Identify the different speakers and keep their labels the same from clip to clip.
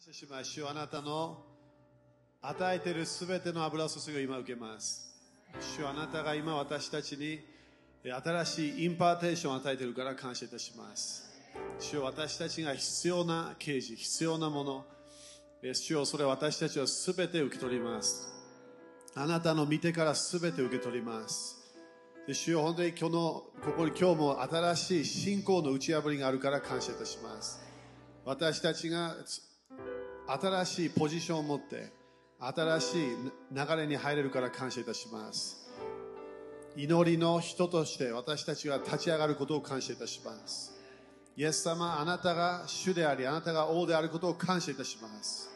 Speaker 1: 謝しましょう。あなたの与えているすべての油注ぎを今受けます。主よあなたが今私たちにえ新しいインパーテーションを与えているから感謝いたします。主よ私たちが必要な刑事、必要なもの、え主よそれを私たちはすべて受け取ります。あなたの見てからすべて受け取ります。で主よ本当に今日のここに今日も新しい信仰の打ち破りがあるから感謝いたします私たちがつ新しいポジションを持って新しい流れに入れるから感謝いたします祈りの人として私たちが立ち上がることを感謝いたしますイエス様あなたが主でありあなたが王であることを感謝いたします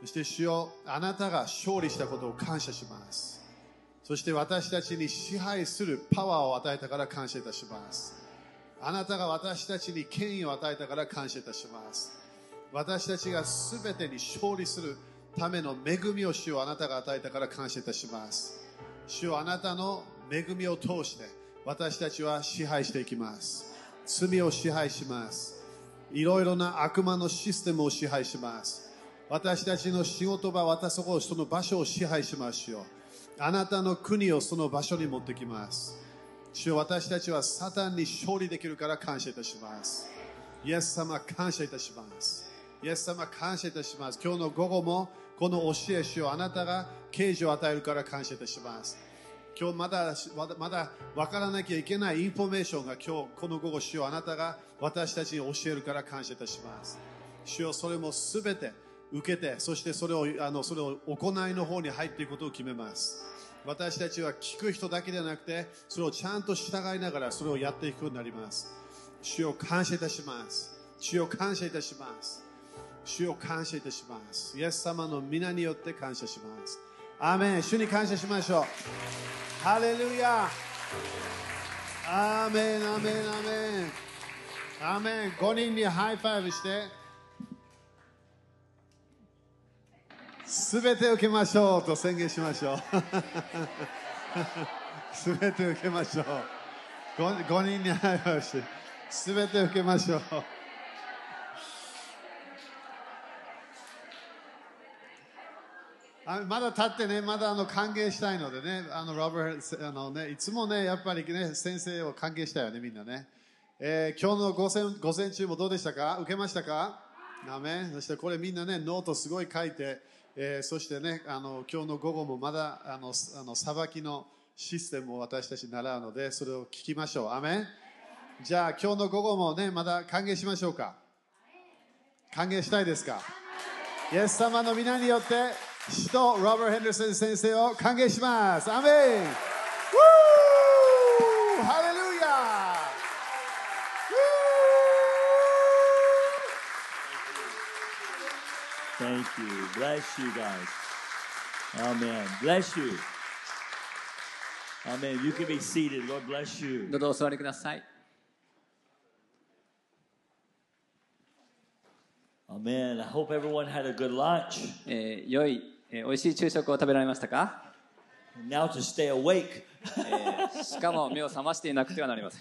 Speaker 1: そして主よあなたが勝利したことを感謝しますそして私たちに支配するパワーを与えたから感謝いたします。あなたが私たちに権威を与えたから感謝いたします。私たちが全てに勝利するための恵みを主をあなたが与えたから感謝いたします。主をあなたの恵みを通して私たちは支配していきます。罪を支配します。いろいろな悪魔のシステムを支配します。私たちの仕事場、私たちをその場所を支配しましょう。あなたの国をその場所に持ってきます。主よ私たちはサタンに勝利できるから感謝いたします。イエス様、感謝いたします。イエス様、感謝いたします。今日の午後もこの教え、主よあなたが啓示を与えるから感謝いたします。今日まだまだまだ分からなきゃいけないインフォメーションが今日この午後主よあなたが私たちに教えるから感謝いたします主よそれもすべて受けてそしてそれをあのそれを行いの方に入っていくことを決めます私たちは聞く人だけではなくてそれをちゃんと従いながらそれをやっていくことになります主よ感謝いたします主よ感謝いたします主を感謝いたしますイエス様の皆によって感謝しますアーメン主に感謝しましょうハレルヤアーメンアーメンアーメンアーメン5人にハイファイブしてすべて受けましょうと宣言しましょう すべて受けましょう 5, 5人にハイファイブしてすべて受けましょうあまだ立ってね、まだあの歓迎したいのでね、あのロバートあの、ね、いつもね、やっぱりね、先生を歓迎したいよね、みんなね。えー今日の午前午前中もどうでしたか受けましたかダメそしてこれみんなね、ノートすごい書いて、えーそしてね、あの今日の午後もまだあのすあの裁きのシステムを私たち習うので、それを聞きましょう。アメンじゃあ今日の午後もね、まだ歓迎しましょうか。歓迎したいですかイエス様の皆によって、使徒ロバート・ヘンダーソン先生を歓迎します。アーメンウーハレルヤウ
Speaker 2: Thank you. Bless you guys. Amen. Bless you. Amen. You can be seated. Lord bless you.
Speaker 3: どうぞお座りください
Speaker 2: Amen. I hope everyone had a good lunch.
Speaker 3: えー良い、えー美味しい昼食を食べられましたか、
Speaker 2: And now to stay awake.
Speaker 3: えーしかも目を覚ましていなくてはなりません、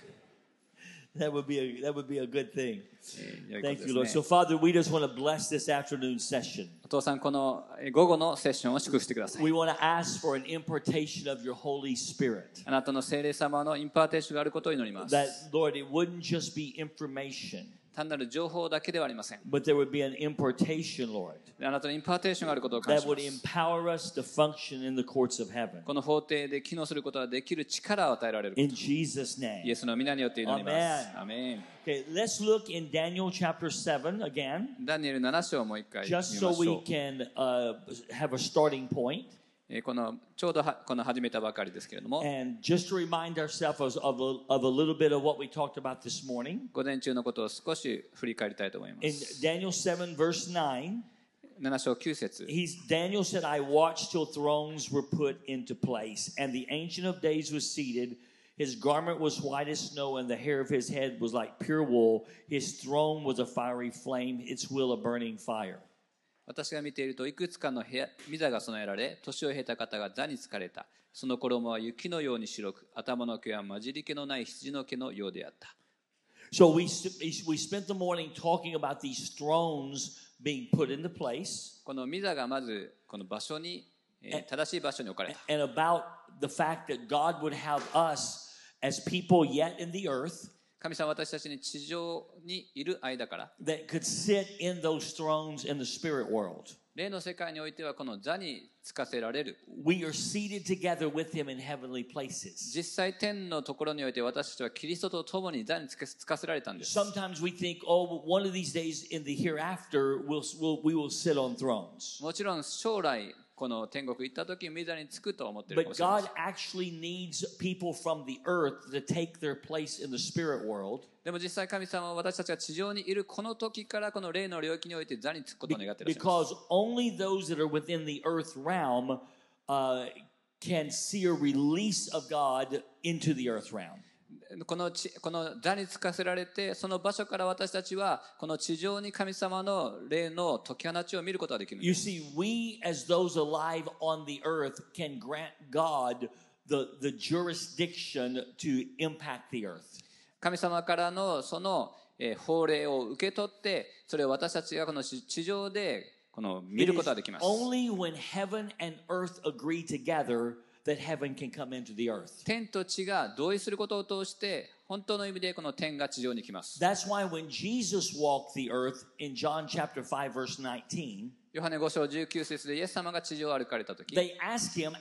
Speaker 2: That would be a that would be a good thing.
Speaker 3: えー良いこと
Speaker 2: Thank
Speaker 3: で
Speaker 2: you, Lord.
Speaker 3: す
Speaker 2: So
Speaker 3: ね
Speaker 2: Father, we just want to bless this afternoon session.
Speaker 3: お父さんこのえー午後のセッションを祝福してください
Speaker 2: We want to ask for an impartation of your Holy Spirit.
Speaker 3: あなたの聖霊様のインパーテーションがあることを祈ります
Speaker 2: That Lord, it wouldn't just be information,
Speaker 3: 単なる情報だけではありません
Speaker 2: but there would be an impartation, Lord.
Speaker 3: あなたのインパーテーションがあることを感謝
Speaker 2: that
Speaker 3: し
Speaker 2: would
Speaker 3: ます
Speaker 2: empower us to function in the courts of heaven.
Speaker 3: この法廷で機能することができる力を与えられること
Speaker 2: In Jesus'
Speaker 3: イエ
Speaker 2: name.
Speaker 3: スの皆によって祈ります。
Speaker 2: Amen.
Speaker 3: アメン。
Speaker 2: Okay, let's look in Daniel chapter 7 again,
Speaker 3: ダニエル7章をもう一回見ま
Speaker 2: just
Speaker 3: し
Speaker 2: so
Speaker 3: ょ
Speaker 2: we
Speaker 3: う。
Speaker 2: can uh, have a starting point
Speaker 3: えーこのちょうどはこの始めたばかりですけれども、
Speaker 2: and just to remind ourselves of, of, a, of a little bit of what we talked about this morning.
Speaker 3: 午前中のことを少し振り返りたいと思いま
Speaker 2: In
Speaker 3: す。
Speaker 2: Daniel 7, verse 9,
Speaker 3: 7章9節
Speaker 2: he's, Daniel said, I watched till thrones were put into place, and the Ancient of Days was seated. His garment was white as snow, and the hair of his head was like pure wool. His throne was a fiery flame, its wheel a burning fire.
Speaker 3: 私が見ているといくつかの部屋御座が備えられ年を経た方が座に疲れたその衣は雪のように白く頭の毛は混じり気のない羊の毛のようであった
Speaker 2: So we, s- we spent the morning talking about these thrones being put into place
Speaker 3: このミザがまずこの場所に、えー
Speaker 2: え
Speaker 3: 正しい場所に置かれた
Speaker 2: and about the fact that God would have us as people yet in the earth
Speaker 3: 神様は私たちに地上にいる間から
Speaker 2: that could sit in those thrones in the spirit world.
Speaker 3: 霊の世界においてはこの座につかせられる
Speaker 2: We are seated together with him in heavenly places.
Speaker 3: 実際天のところにおいて私たちはキリストと共に座につけつかせられたんです
Speaker 2: Sometimes we think, oh, well, one of these days in the hereafter, we'll, we'll, we will sit on thrones.
Speaker 3: もちろん将来この天国行った時ミザにつくと思ってるかも
Speaker 2: But
Speaker 3: しれない
Speaker 2: God actually needs people from the earth to take their place in the spirit world
Speaker 3: でも実際神様は私たちが地上にいるこの時からこの霊の領域において座につくことを願っていらっしゃいます
Speaker 2: because only those that are within the earth realm uh, can see a release of God into the earth realm.
Speaker 3: この地この座につかせられてその場所から私たちはこの地上に神様の霊の解き放ちを見ることができるんで
Speaker 2: You
Speaker 3: す
Speaker 2: see, we as those alive on the earth can grant God the, the jurisdiction to impact the earth.
Speaker 3: 神様からのその、えー法令を受け取ってそれを私たちがこの地地上でこの見
Speaker 2: It
Speaker 3: る
Speaker 2: is
Speaker 3: ことができます
Speaker 2: only when heaven and earth agree together that heaven can come into the earth.
Speaker 3: 天と地が同意することを通して本当の意味でこの天が地上に来ます
Speaker 2: That's why when Jesus walked the earth in John chapter 5 verse 19,
Speaker 3: ヨハネ5章19節でイエス様が地上を歩かれた時
Speaker 2: they asked him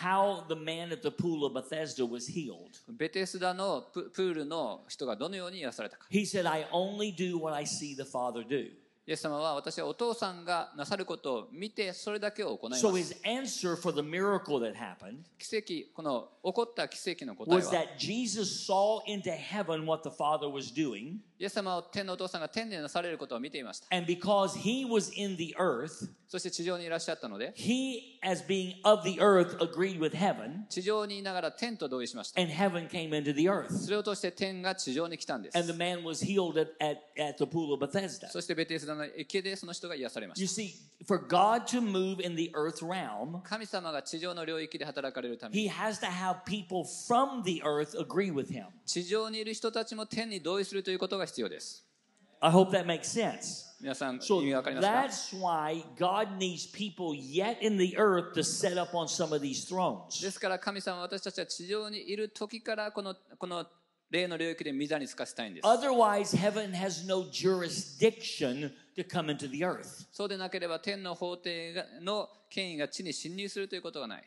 Speaker 2: how the man at the pool of Bethesda was healed.
Speaker 3: ベテスダのププールの人がどのように癒されたか
Speaker 2: He said, "I only do what I see the Father do."
Speaker 3: イエス様は私はお父さんがなさることを見てそれだけを行います
Speaker 2: So his answer for the miracle that happened
Speaker 3: 奇跡この起こった奇跡の答え
Speaker 2: was
Speaker 3: は
Speaker 2: that Jesus saw into heaven what the Father was doing,
Speaker 3: イエス様は天のお父さんが天でなされることを見ていました
Speaker 2: and because he was in the earth,
Speaker 3: そして地上にいらっしゃったので
Speaker 2: he, as being of the earth, agreed with heaven,
Speaker 3: 地上にいながら天と同意しました
Speaker 2: and heaven came into the earth.
Speaker 3: それを通して天が地上に来たんで
Speaker 2: And the
Speaker 3: す
Speaker 2: man was healed at, at, at the pool of Bethesda.
Speaker 3: そしてベテスダの池でその人が癒されまし
Speaker 2: You
Speaker 3: た
Speaker 2: see, for God to move in the earth realm,
Speaker 3: 神様が地上の領域で働かれるため
Speaker 2: he
Speaker 3: に
Speaker 2: has to have people from the earth agree with him.
Speaker 3: 地上にいる人たちも天に同意するということが必要です
Speaker 2: I hope that makes sense.
Speaker 3: 皆さん意
Speaker 2: So
Speaker 3: 味がわかりますか
Speaker 2: that's why God needs people yet in the earth to set up on some of these thrones.
Speaker 3: ですから神様は私たちは地上にいる時からこのこの霊の領域で御座につかせたいんです
Speaker 2: Otherwise, heaven has no jurisdiction to come into the earth.
Speaker 3: そうでなければ天の法廷がの権威が地に侵入するということがない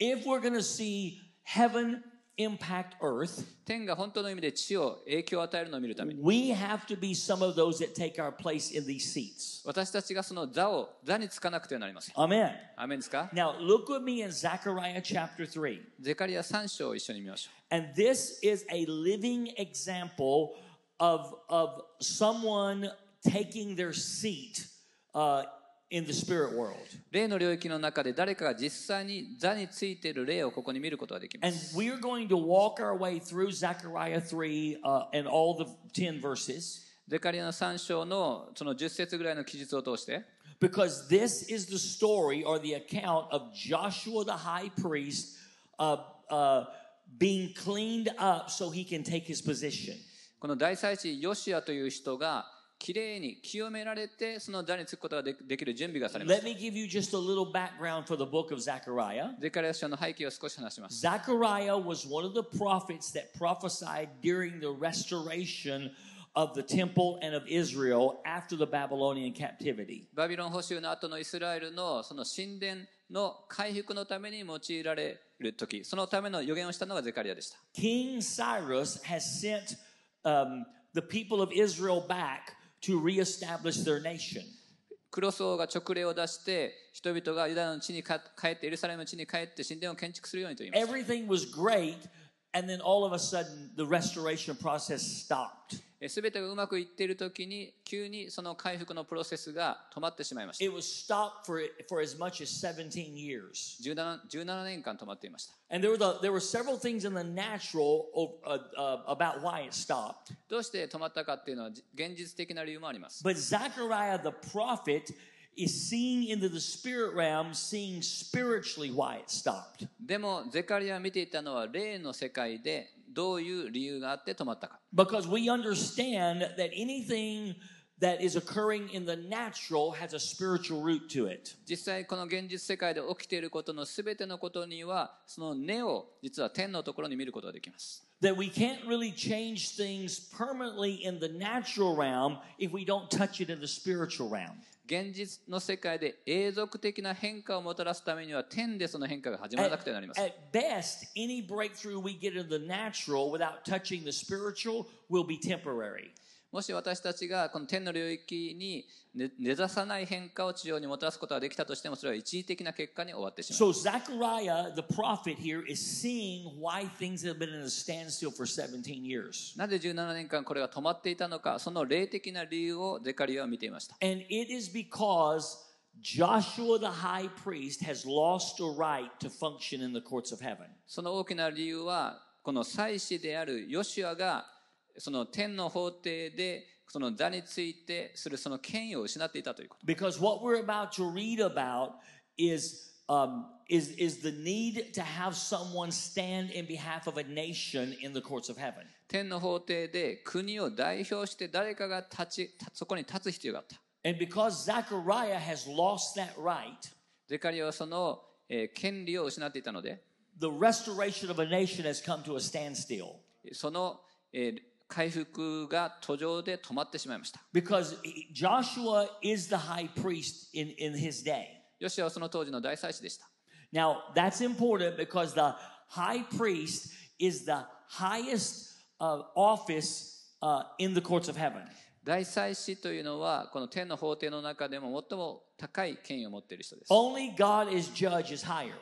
Speaker 2: If we're going to see heaven impact earth,
Speaker 3: 天が本当の意味で地を影響を与えるのを見るために
Speaker 2: we have to be some of those that take our place in these seats.
Speaker 3: 私たちがその座を座につかなくてはなりません
Speaker 2: Amen.
Speaker 3: アーメンですか
Speaker 2: Now, look with me in Zechariah chapter 3.
Speaker 3: ゼカリア3章を一緒に見ましょ
Speaker 2: And this is a living example of, of someone taking their seat uh, in the spirit world.
Speaker 3: う霊の領域の中で誰かが実際に座についている霊をここに見ることができま
Speaker 2: And
Speaker 3: す
Speaker 2: we're going to walk our way through Zechariah 3 uh, and all the 10 verses
Speaker 3: ゼカリアの3章のその10節ぐらいの記述を通して
Speaker 2: because this is the story or the account of Joshua the high priest uh, uh, being cleaned up so he can take his position.
Speaker 3: この大祭司ヨシアという人がきれいに清められてその座につくことがでできる準備がされまし
Speaker 2: Let
Speaker 3: た
Speaker 2: me give you just a little background for the book of Zechariah.
Speaker 3: ゼカリア書の背景を少し話します
Speaker 2: Zechariah was one of the prophets that prophesied during the restoration of the temple and of Israel after the Babylonian captivity.
Speaker 3: バビロン捕囚の後のイスラエルのその神殿の回復のために用いられる時そのための予言をしたのがゼカリアでした
Speaker 2: King Cyrus has sent um, the people of Israel back to reestablish their nation.
Speaker 3: クロス王が勅令を出して人々がユダヤの地にか帰ってエルサレムの地に帰って神殿を建築するようにと言いました
Speaker 2: Everything was great, and then all of a sudden the restoration process stopped.
Speaker 3: え全てがうまくいっている時に急にその回復のプロセスが止まってしまいました
Speaker 2: It was stopped for, for as much as 17 years.
Speaker 3: 17, 17年間止まっていました
Speaker 2: And there were, the, there were several things in the natural o- uh, uh, about why it stopped.
Speaker 3: どうして止まったかっていうのはじ現実的な理由もあります。
Speaker 2: But Zechariah the prophet is seeing into the spirit realm, seeing spiritually why it stopped.
Speaker 3: でも、ゼカリアが見ていたのは霊の世界でどういう理由があって止まったか。
Speaker 2: Because we understand that anything that is occurring in the natural has a spiritual root to it.
Speaker 3: 実際この現実世界で起きていることの全てのことにはその根を実は天のところに見ることができます
Speaker 2: That we can't really change things permanently in the natural realm if we don't touch it in the spiritual realm.
Speaker 3: 現実の世界で永続的な変化をもたらすためには天でその変化が始まらなく
Speaker 2: At,
Speaker 3: てはなりません
Speaker 2: at best, any breakthrough we get in the natural without touching the spiritual will be temporary.
Speaker 3: もし私たちがこの天の領域に根根ざさない変化を地上にもたらすことができたとしてもそれは一時的な結果に終わってしまう
Speaker 2: So Zechariah, the prophet here, is seeing why things have been in a standstill for 17 years.
Speaker 3: なぜ17年間これが止まっていたのかその霊的な理由をゼカリアは見ていました
Speaker 2: And it is because Joshua the high priest has lost a right to function in the courts of heaven.
Speaker 3: その大きな理由はこの祭司であるヨシュアがその天の法廷でその座についてするその権威を失っていたということ
Speaker 2: Because what we're about to read about is um, is is the need to have someone stand in behalf of a nation in the courts of heaven.
Speaker 3: 天の法廷で国を代表して誰かが立ちそこに立つ必要があった
Speaker 2: And because Zechariah has lost that right,
Speaker 3: ゼカリアはその、えー権利を失っていたので
Speaker 2: the restoration of a nation has come to a standstill.
Speaker 3: その、えー回復が途上で止まってしまいました
Speaker 2: Because Joshua is the high priest in, in his day.
Speaker 3: ヨシュアはその当時の大祭司でした
Speaker 2: Now, that's important because the high priest is the highest uh, office uh, in the courts of heaven.
Speaker 3: 大祭司というのはこの天の法廷の中でも最も高い権威を持っている人です
Speaker 2: Only God as judge is higher.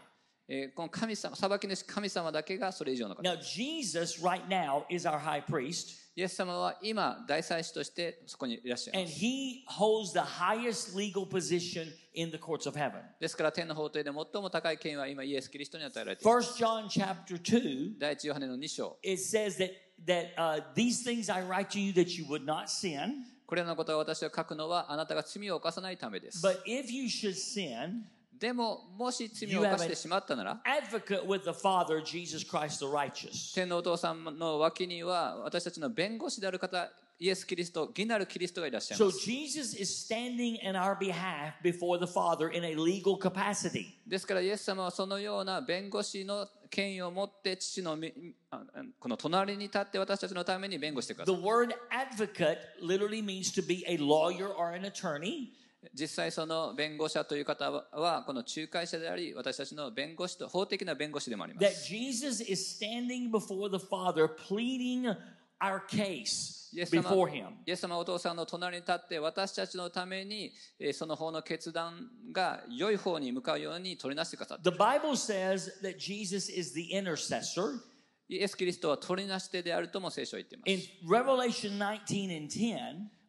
Speaker 3: えーこの神様、裁き主神様だけがそれ以上の方。
Speaker 2: Now, Jesus right now is our high priest,
Speaker 3: イエス様は今、大祭司としてそこにいらっしゃい
Speaker 2: and
Speaker 3: ます。
Speaker 2: he holds the highest legal position in the courts of heaven.
Speaker 3: ですから、天の法廷で最も高い権威は今、イエス・キリストに与えられています。
Speaker 2: First John chapter 2,
Speaker 3: 第一ヨハネの2章。
Speaker 2: it says that, that uh, these things I write to you that you would not sin.
Speaker 3: これらのことを私は書くのは、あなたが罪を犯さないためです。
Speaker 2: But if you should sin,
Speaker 3: でも、もし罪を犯してしまったなら、
Speaker 2: advocate with the Father, Jesus Christ the righteous.
Speaker 3: 天のお父さんの脇には、私たちの弁護士である方、イエス・キリスト、義なるキリストがいらっしゃい
Speaker 2: So
Speaker 3: ます。
Speaker 2: Jesus is standing in our behalf before the Father in a legal capacity.
Speaker 3: ですから、イエス様はそのような弁護士の権威を持って、父のみああこの隣に立って私たちのために弁護してください
Speaker 2: The word advocate literally means to be a lawyer or an attorney.
Speaker 3: 実際その弁護者という方はこの仲介者であり私たちの弁護士と法的な弁護士でもありま
Speaker 2: That
Speaker 3: す
Speaker 2: Jesus is standing before the Father pleading our case
Speaker 3: イエス様
Speaker 2: before Him.
Speaker 3: イエス様はお父さんの隣に立って私たちのためにえーその法の決断が良い方に向かうように取りなしてくださった
Speaker 2: The Bible says that Jesus is the intercessor.
Speaker 3: イエス・キリストは取りなしてであるとも聖書は言っていま
Speaker 2: In
Speaker 3: す
Speaker 2: Revelation 19 and 10,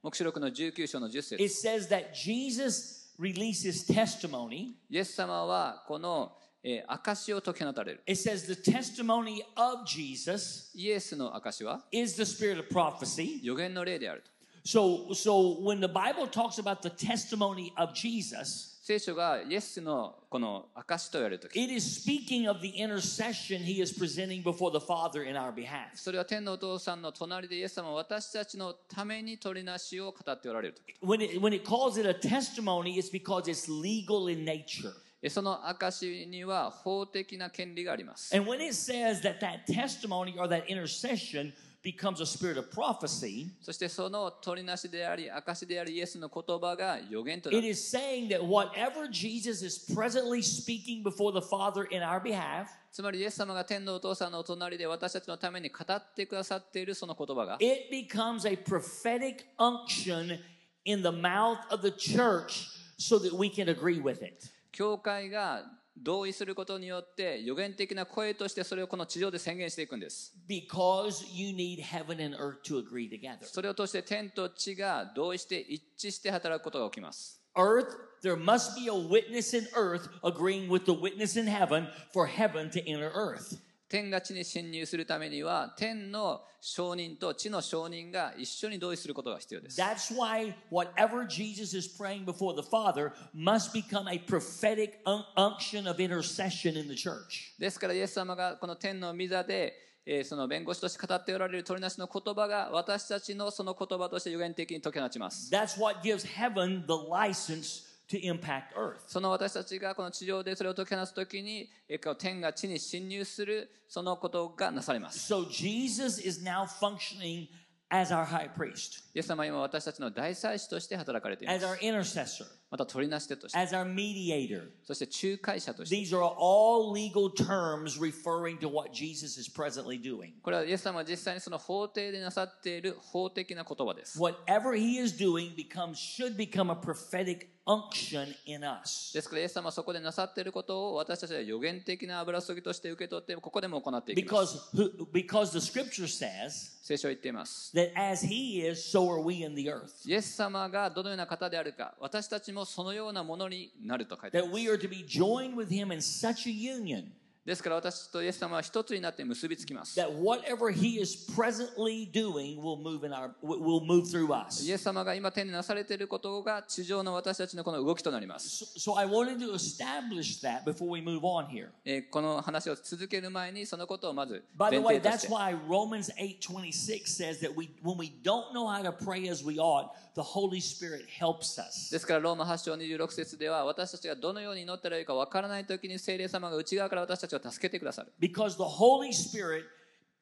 Speaker 3: 黙示録の19章の10節
Speaker 2: it says that Jesus releases testimony.
Speaker 3: イエス様はこのえー証を解き放たれる
Speaker 2: It says the testimony of Jesus
Speaker 3: イエスの証は
Speaker 2: is the spirit of prophecy.
Speaker 3: 予言の霊であると
Speaker 2: So so when the Bible talks about the testimony of Jesus,
Speaker 3: 聖書がイエスのこの証と言われるとき
Speaker 2: it is speaking of the intercession he is presenting before the Father in our behalf.
Speaker 3: それは天のお父さんの隣でイエス様は私たちのために取りなしを語っておられるとき
Speaker 2: When it when it calls it a testimony, it's because it's legal in nature.
Speaker 3: えその証には法的な権利があります
Speaker 2: And when it says that that testimony or that intercession becomes a spirit of prophecy,
Speaker 3: そしてその取りなしであり証でありイエスの言葉が予言とな
Speaker 2: it
Speaker 3: る
Speaker 2: is saying that whatever Jesus is presently speaking before the Father in our behalf,
Speaker 3: つまりイエス様が天のお父さんのお隣で私たちのために語ってくださっているその言葉が
Speaker 2: it becomes a prophetic unction in the mouth of the church so that we can agree with it.
Speaker 3: 教会が同意することによって予言的な声としてそれをこの地上で宣言していくんです
Speaker 2: Because you need heaven and earth to agree together.
Speaker 3: それを通して天と地が同意して一致して働くことが起きます
Speaker 2: Earth, there must be a witness in earth agreeing with the witness in heaven for heaven to enter earth.
Speaker 3: 天が地に侵入するためには天の証人と地の証人が一緒に同意することが必要です。
Speaker 2: That's why whatever Jesus is praying before the Father must become a prophetic un- unction of intercession in the church.
Speaker 3: ですからイエス様がこの天の御座でええーその弁護士として語っておられる鳥なしの言葉が私たちのその言葉として予言的に解き放ちます。
Speaker 2: That's what gives heaven the license to impact earth.
Speaker 3: その私たちがこの地上でそれを解き放つときに、えーこう天が地に侵入するそのことがなされます。
Speaker 2: So Jesus is now functioning as our high priest,
Speaker 3: イエス様は今私たちの大祭司として働かれていま
Speaker 2: as
Speaker 3: す。
Speaker 2: our intercessor,
Speaker 3: また鳥なし手として、
Speaker 2: as our mediator.
Speaker 3: そして仲介者として。
Speaker 2: These are all legal terms referring to what Jesus is presently doing.
Speaker 3: これはイエス様は実際にその法廷でなさっている法的な言葉です。
Speaker 2: Whatever he is doing becomes should become a prophetic unction in us.
Speaker 3: ですからイエス様はそこでなさっていることを私たちは予言的な油注ぎとして受け取って、ここでも行っていきます。
Speaker 2: Because who- because the scripture says
Speaker 3: 聖書は言っています。
Speaker 2: that as he is, so are we in the earth.
Speaker 3: イエス様がどのような方であるか、私たちもそのようなものになると書いてあり
Speaker 2: That
Speaker 3: ます
Speaker 2: we。are to be joined with him in such a union
Speaker 3: ですから私とイエス様は一つになって結びつきます。
Speaker 2: that whatever he is presently doing will move in our will will move through us.
Speaker 3: イエス様が今天になされていることが地上の私たちのこの動きとなります。
Speaker 2: So, so I wanted to establish that before we move on here.
Speaker 3: えーこの話を続ける前にそのことをまず
Speaker 2: By the
Speaker 3: 前
Speaker 2: way,
Speaker 3: 提と
Speaker 2: that's
Speaker 3: して。
Speaker 2: why Romans 8:26 says that we when we don't know how to pray as we ought, the Holy Spirit helps us.
Speaker 3: ですからローマ8章26節では私たちがどのように祈ったらよいかわからない時に聖霊様が内側から私たちを助けてくださる。
Speaker 2: Because the Holy Spirit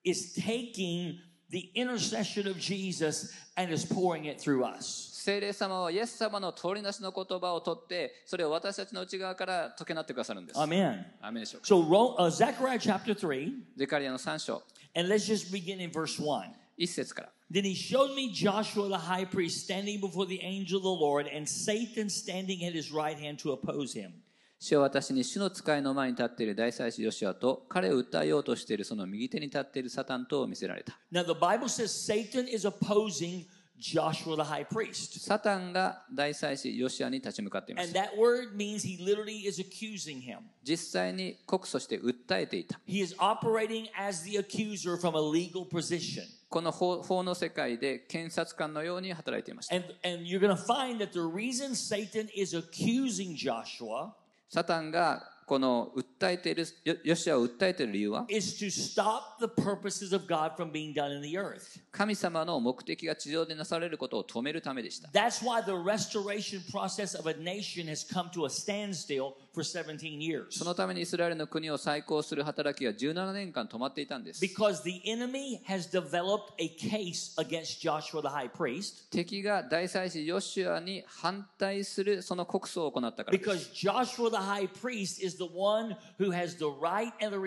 Speaker 2: is taking the intercession of Jesus and is pouring it through us.
Speaker 3: 聖霊様はイエス様の通りなしの言葉を取ってそれを私たちの内側から解けなってくださるんです。
Speaker 2: Amen.
Speaker 3: アーメンでしょうか。
Speaker 2: So Ro- uh, Zechariah chapter 3,
Speaker 3: ゼカリアの3章
Speaker 2: and let's just begin in verse 1.
Speaker 3: 1節から。
Speaker 2: Then he showed me Joshua the high priest standing before the angel of the Lord and Satan standing at his right hand to oppose him.
Speaker 3: 主は私に主の使いの前に立っている大祭司ヨシュアと彼を訴えようとしているその右手に立っているサタンと見せられた。
Speaker 2: Now the Bible says Satan is opposing Joshua the high priest.
Speaker 3: サタンが大祭司ヨシュアに立ち向かっていま
Speaker 2: And
Speaker 3: す。
Speaker 2: that word means he literally is accusing him.
Speaker 3: 実際に告訴して訴えていた。
Speaker 2: He is operating as the accuser from a legal position.
Speaker 3: この法法の世界で検察官のように働いていました。
Speaker 2: And and you're going to find that the reason Satan is accusing Joshua
Speaker 3: サタンがこの訴えている、ヨヨシュアを訴えている理由は、
Speaker 2: is to stop the purposes of God from being done in the earth.
Speaker 3: 神様の目的が地上でなされることを止めるためでした。
Speaker 2: That's why the restoration process of a nation has come to a standstill for 17 years.
Speaker 3: そのためにイスラエルの国を再興する働きが17年間止まっていたんです。
Speaker 2: Because the enemy has developed a case against Joshua the high priest.
Speaker 3: 敵が大祭司ヨシュアに反対するその告訴を行ったからです
Speaker 2: Because Joshua the high priest is the one who has the right and the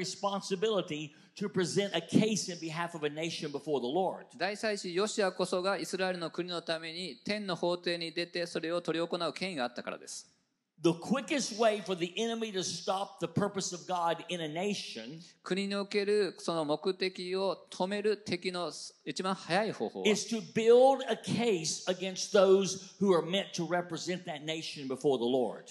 Speaker 2: responsibility to present a case in behalf of a nation before the Lord.
Speaker 3: 大祭司ヨシュアこそがイスラエルの国のために天の法廷に出てそれを取り行う権威があったからです。
Speaker 2: The quickest way for the enemy to stop the purpose of God in a nation
Speaker 3: 国におけるその目的を止める敵の一番早い方法は
Speaker 2: is to build a case against those who are meant to represent that nation before the Lord.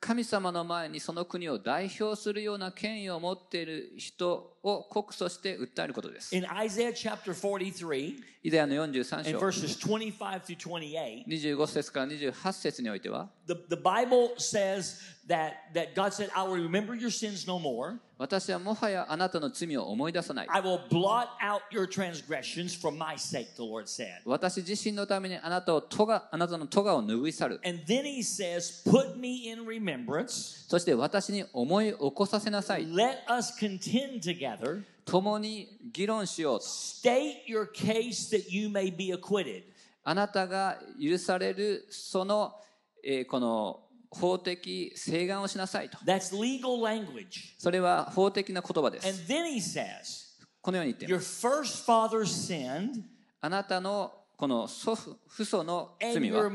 Speaker 3: 神様の前にその国を代表するような権威を持っている人を告訴して訴えることです。
Speaker 2: In Isaiah chapter 43,
Speaker 3: イデヤの43
Speaker 2: and
Speaker 3: 章
Speaker 2: verses 25 through 28,
Speaker 3: 25節から28節においては
Speaker 2: the, the Bible says that, that God said, I will remember your sins no more.
Speaker 3: 私はもはやあなたの罪を思い出さない。
Speaker 2: I will blot out your transgressions for my sake, the Lord said.
Speaker 3: 私自身のためにあなたを咎あなたの咎を拭い去る。
Speaker 2: And then he says, Put me in remembrance.
Speaker 3: そして私に思い起こさせなさい。
Speaker 2: Let us contend together.
Speaker 3: 共に議論しようと。
Speaker 2: State your case that you may be acquitted.
Speaker 3: あなたが許されるその、えーこの法的請願をしなさいと。
Speaker 2: That's legal language.
Speaker 3: それは法的な言葉で
Speaker 2: And
Speaker 3: す。
Speaker 2: then he says,
Speaker 3: このように言っていま
Speaker 2: Your
Speaker 3: す。
Speaker 2: first father sinned,
Speaker 3: あなたのこの祖父、父祖の
Speaker 2: and
Speaker 3: 罪
Speaker 2: your
Speaker 3: は、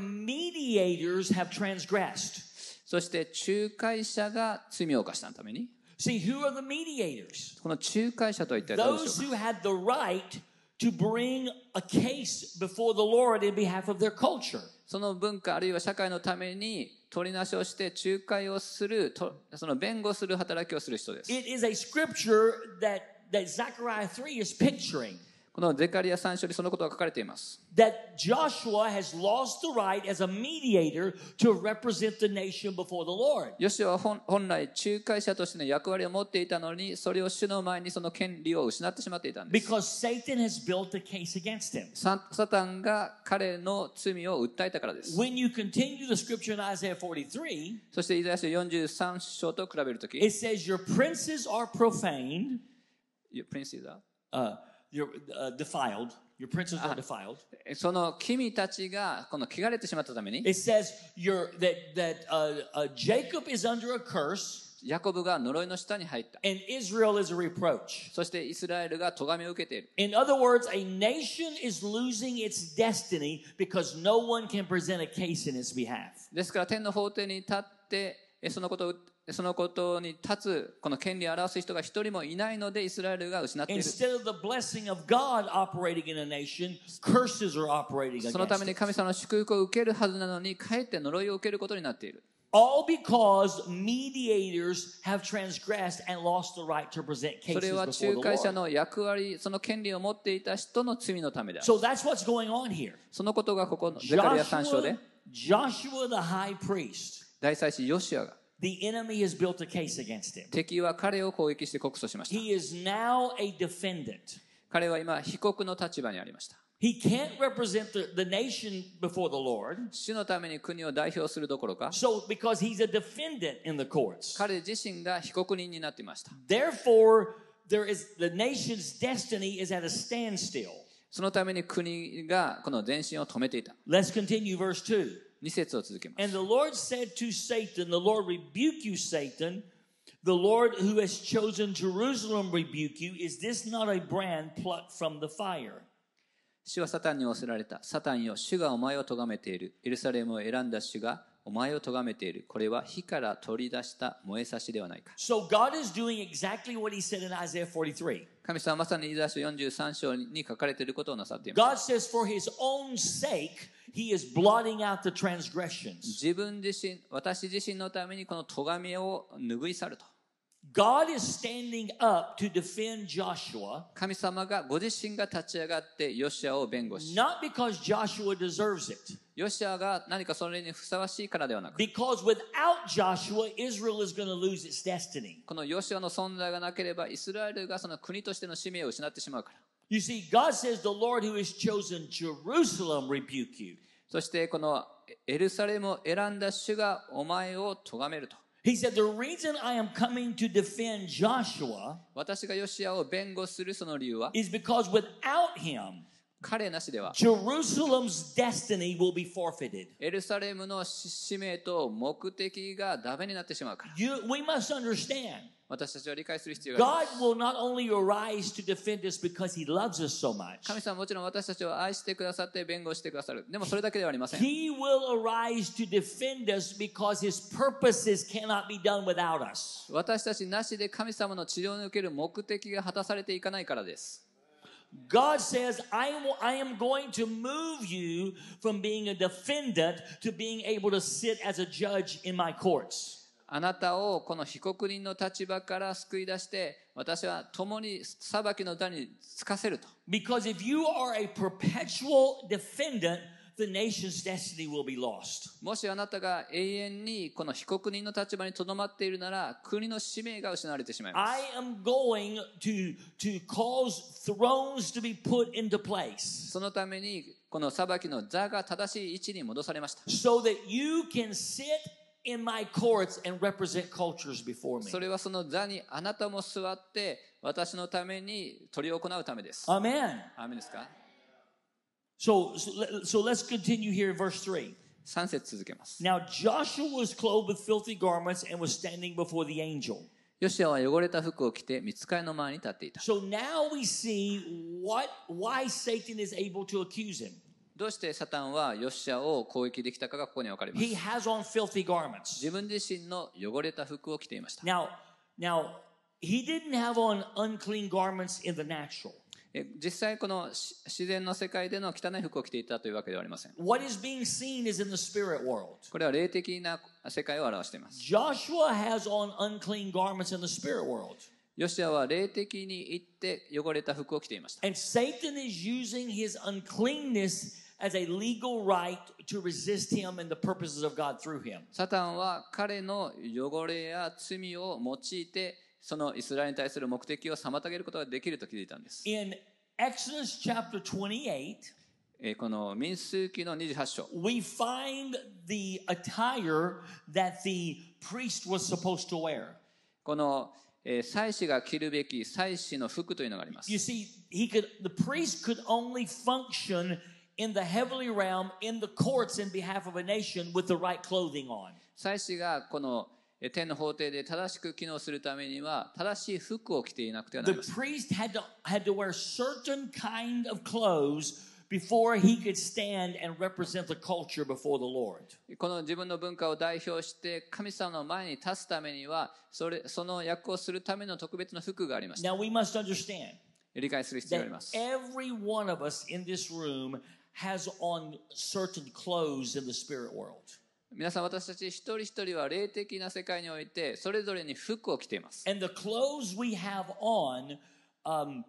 Speaker 2: mediators have transgressed.
Speaker 3: そして仲介者が罪を犯したために、
Speaker 2: See, who are the mediators?
Speaker 3: この仲介者とは一体誰でしょう
Speaker 2: Those
Speaker 3: か
Speaker 2: who had the right to bring a case before the Lord in behalf of their culture.
Speaker 3: その文化あるいは社会のために取りなしをして仲介をするとその弁護する働きをする人です
Speaker 2: It is a scripture that, that Zechariah 3 is picturing.
Speaker 3: このゼカリア3章にそのことが書かれています。
Speaker 2: that Joshua has lost the right as a mediator to represent the nation before the Lord.
Speaker 3: ヨシュアは本本来仲介者としての役割を持っていたのに、それを主の前にその権利を失ってしまっていたんです。
Speaker 2: Because Satan has built a case against him.
Speaker 3: ササタンが彼の罪を訴えたからです。
Speaker 2: When you continue the scripture in Isaiah 43,
Speaker 3: そしてイザヤ書43章と比べるとき、
Speaker 2: it says, Your princes are profaned,
Speaker 3: プリンスイザ
Speaker 2: uh, you're uh, defiled. Your princes are defiled.
Speaker 3: その君たちがこの汚れてしまったために、
Speaker 2: It says your that that uh, uh, Jacob is under a curse
Speaker 3: ヤコブが呪いの下に入った。
Speaker 2: and Israel is a reproach.
Speaker 3: そしてイスラエルが咎めを受けている。
Speaker 2: In other words, a nation is losing its destiny because no one can present a case in its behalf.
Speaker 3: ですから天の法廷に立って、えそのことをそのことに立つ、この権利を表す人が一人もいないので、イスラエルが失っている。
Speaker 2: Instead of the blessing of God operating in a nation, curses are operating
Speaker 3: そのために
Speaker 2: against it.
Speaker 3: 神様の祝福を受けるはずなのに、かえって呪いを受けることになっている。
Speaker 2: All because mediators have transgressed and lost the right to present
Speaker 3: そ
Speaker 2: cases
Speaker 3: れは
Speaker 2: before
Speaker 3: 仲介
Speaker 2: the
Speaker 3: 者
Speaker 2: Lord.
Speaker 3: の役割、その権利を持っていた人の罪のためである。
Speaker 2: So that's what's going on here.
Speaker 3: そのことがここのゼカリア3章で
Speaker 2: Joshua,、Joshua the high priest,
Speaker 3: 大祭司ヨシュアが、
Speaker 2: the enemy has built a case against him.
Speaker 3: 敵は彼を攻撃して告訴しました。
Speaker 2: He is now a defendant.
Speaker 3: 彼は今、被告の立場にありました。
Speaker 2: He can't represent the, the nation before the Lord.
Speaker 3: 主のために国を代表するどころか、
Speaker 2: So, because he's a defendant in the courts.
Speaker 3: 彼自身が被告人になっていました。
Speaker 2: Therefore, there is the nation's destiny is at a standstill.
Speaker 3: そのために国がこの前進を止めていた。
Speaker 2: Let's continue verse 2.
Speaker 3: 2節を続けます。
Speaker 2: And the Lord said to Satan, The Lord rebuke you, Satan. The Lord who has chosen Jerusalem rebuke you. Is this not a brand plucked from the fire?
Speaker 3: 主はサタンに仰せられた。サタンよ、主がお前を咎めている。エルサレムを選んだ主がお前を咎めている。これは火から取り出した燃えさしではないか。
Speaker 2: So God is doing exactly what he said in Isaiah 43.
Speaker 3: 神様はまさにイザヤ書43章に書かれていることをなさっています。
Speaker 2: God says, For his own sake, he is blotting out the transgressions.
Speaker 3: 自分自身、私自身のためにこの咎めを拭い去ると。
Speaker 2: God is standing up to defend Joshua,
Speaker 3: 神様がご自身が立ち上がってヨシアを弁護し、
Speaker 2: not because Joshua deserves it,
Speaker 3: ヨシアが何かそれにふさわしいからではなく、
Speaker 2: because without Joshua, Israel is going to lose its destiny.
Speaker 3: このヨシアの存在がなければイスラエルがその国としての使命を失ってしまうから。
Speaker 2: You see, God says, The Lord who has chosen Jerusalem rebuke you.
Speaker 3: そしてこのエルサレムを選んだ主がお前を咎めると。
Speaker 2: He said, The reason I am coming to defend Joshua
Speaker 3: 私がヨシアを弁護するその理由は、
Speaker 2: is because without him,
Speaker 3: 彼なしでは
Speaker 2: Jerusalem's destiny will be forfeited.
Speaker 3: エルサレムの使命と目的がダメになってしまうから。
Speaker 2: You, we must understand
Speaker 3: 私たちは理解する必要があり
Speaker 2: God
Speaker 3: ま
Speaker 2: will not
Speaker 3: す。
Speaker 2: only arise to defend us because he loves us so much,
Speaker 3: 神様はもちろん私たちを愛してくださって弁護してくださる。でもそれだけではありません。
Speaker 2: he will arise to defend us because his purposes cannot be done without us.
Speaker 3: 私たちなしで神様の治療における目的が果たされていかないからです。
Speaker 2: God says, I am, I am going to move you from being a defendant to being able to sit as a judge in my courts.
Speaker 3: あなたをこの被告人の立場から救い出して、私は共に裁きの座につかせると。
Speaker 2: Because if you are a perpetual defendant, the nation's destiny will be lost.
Speaker 3: もしあなたが永遠にこの被告人の立場にとどまっているなら、国の使命が失われてしまいます。
Speaker 2: I am going to, to cause thrones to be put into place.
Speaker 3: そのために、この裁きの座が正しい位置に戻されました。
Speaker 2: so that you can sit in my courts and represent cultures before me.
Speaker 3: それはその座にあなたも座って、私のために取り行うためです。
Speaker 2: Amen.
Speaker 3: アーメンですか
Speaker 2: So, so, let- so let's continue here in verse 3.
Speaker 3: 3節続けます。
Speaker 2: Now Joshua was clothed with filthy garments and was standing before the angel.
Speaker 3: ヨシアは汚れた服を着て、見つかりの前に立っていた。
Speaker 2: So now we see what why Satan is able to accuse him.
Speaker 3: どうしてサタンはヨシアを攻撃できたかがここにわかります
Speaker 2: He。has on filthy garments.
Speaker 3: 自分自身の汚れた服を着ていました。
Speaker 2: Now, now he didn't have on unclean garments in the natural.
Speaker 3: え実際このし自然の世界での汚い服を着ていたというわけではありません。
Speaker 2: What is being seen is in the spirit world.
Speaker 3: これは霊的な世界を表しています。
Speaker 2: Joshua has on unclean garments in the spirit world.
Speaker 3: ヨシアは霊的に行って汚れた服を着ていました。
Speaker 2: And Satan is using his uncleanness as a legal right to resist him and the purposes of God through him.
Speaker 3: サタンは彼の汚れや罪を用いて、そのイスラエルに対する目的を妨げることができると気づいたんです。
Speaker 2: In Exodus chapter 28,
Speaker 3: えーこの民数記の28章。
Speaker 2: we find the attire that the priest was supposed to wear.
Speaker 3: この、えー祭司が着るべき祭司の服というのがあります
Speaker 2: You。see, he could the priest could only function in the heavenly realm in the courts in behalf of a nation with the right clothing on.
Speaker 3: 祭司がこのえー天の法廷で正しく機能するためには正しい服を着ていなくてはな
Speaker 2: The
Speaker 3: りません
Speaker 2: priest had to had to wear certain kind of clothes before he could stand and represent the culture before the Lord.
Speaker 3: この自分の文化を代表して神様の前に立つためにはそれその役をするための特別な服がありました
Speaker 2: Now we must understand
Speaker 3: 理解する必要があ
Speaker 2: that
Speaker 3: ります
Speaker 2: every one of us in this room has on certain clothes in the spirit world.
Speaker 3: 皆さん私たち一人一人は霊的な世界においてそれぞれに服を着ています
Speaker 2: And the clothes we have on um,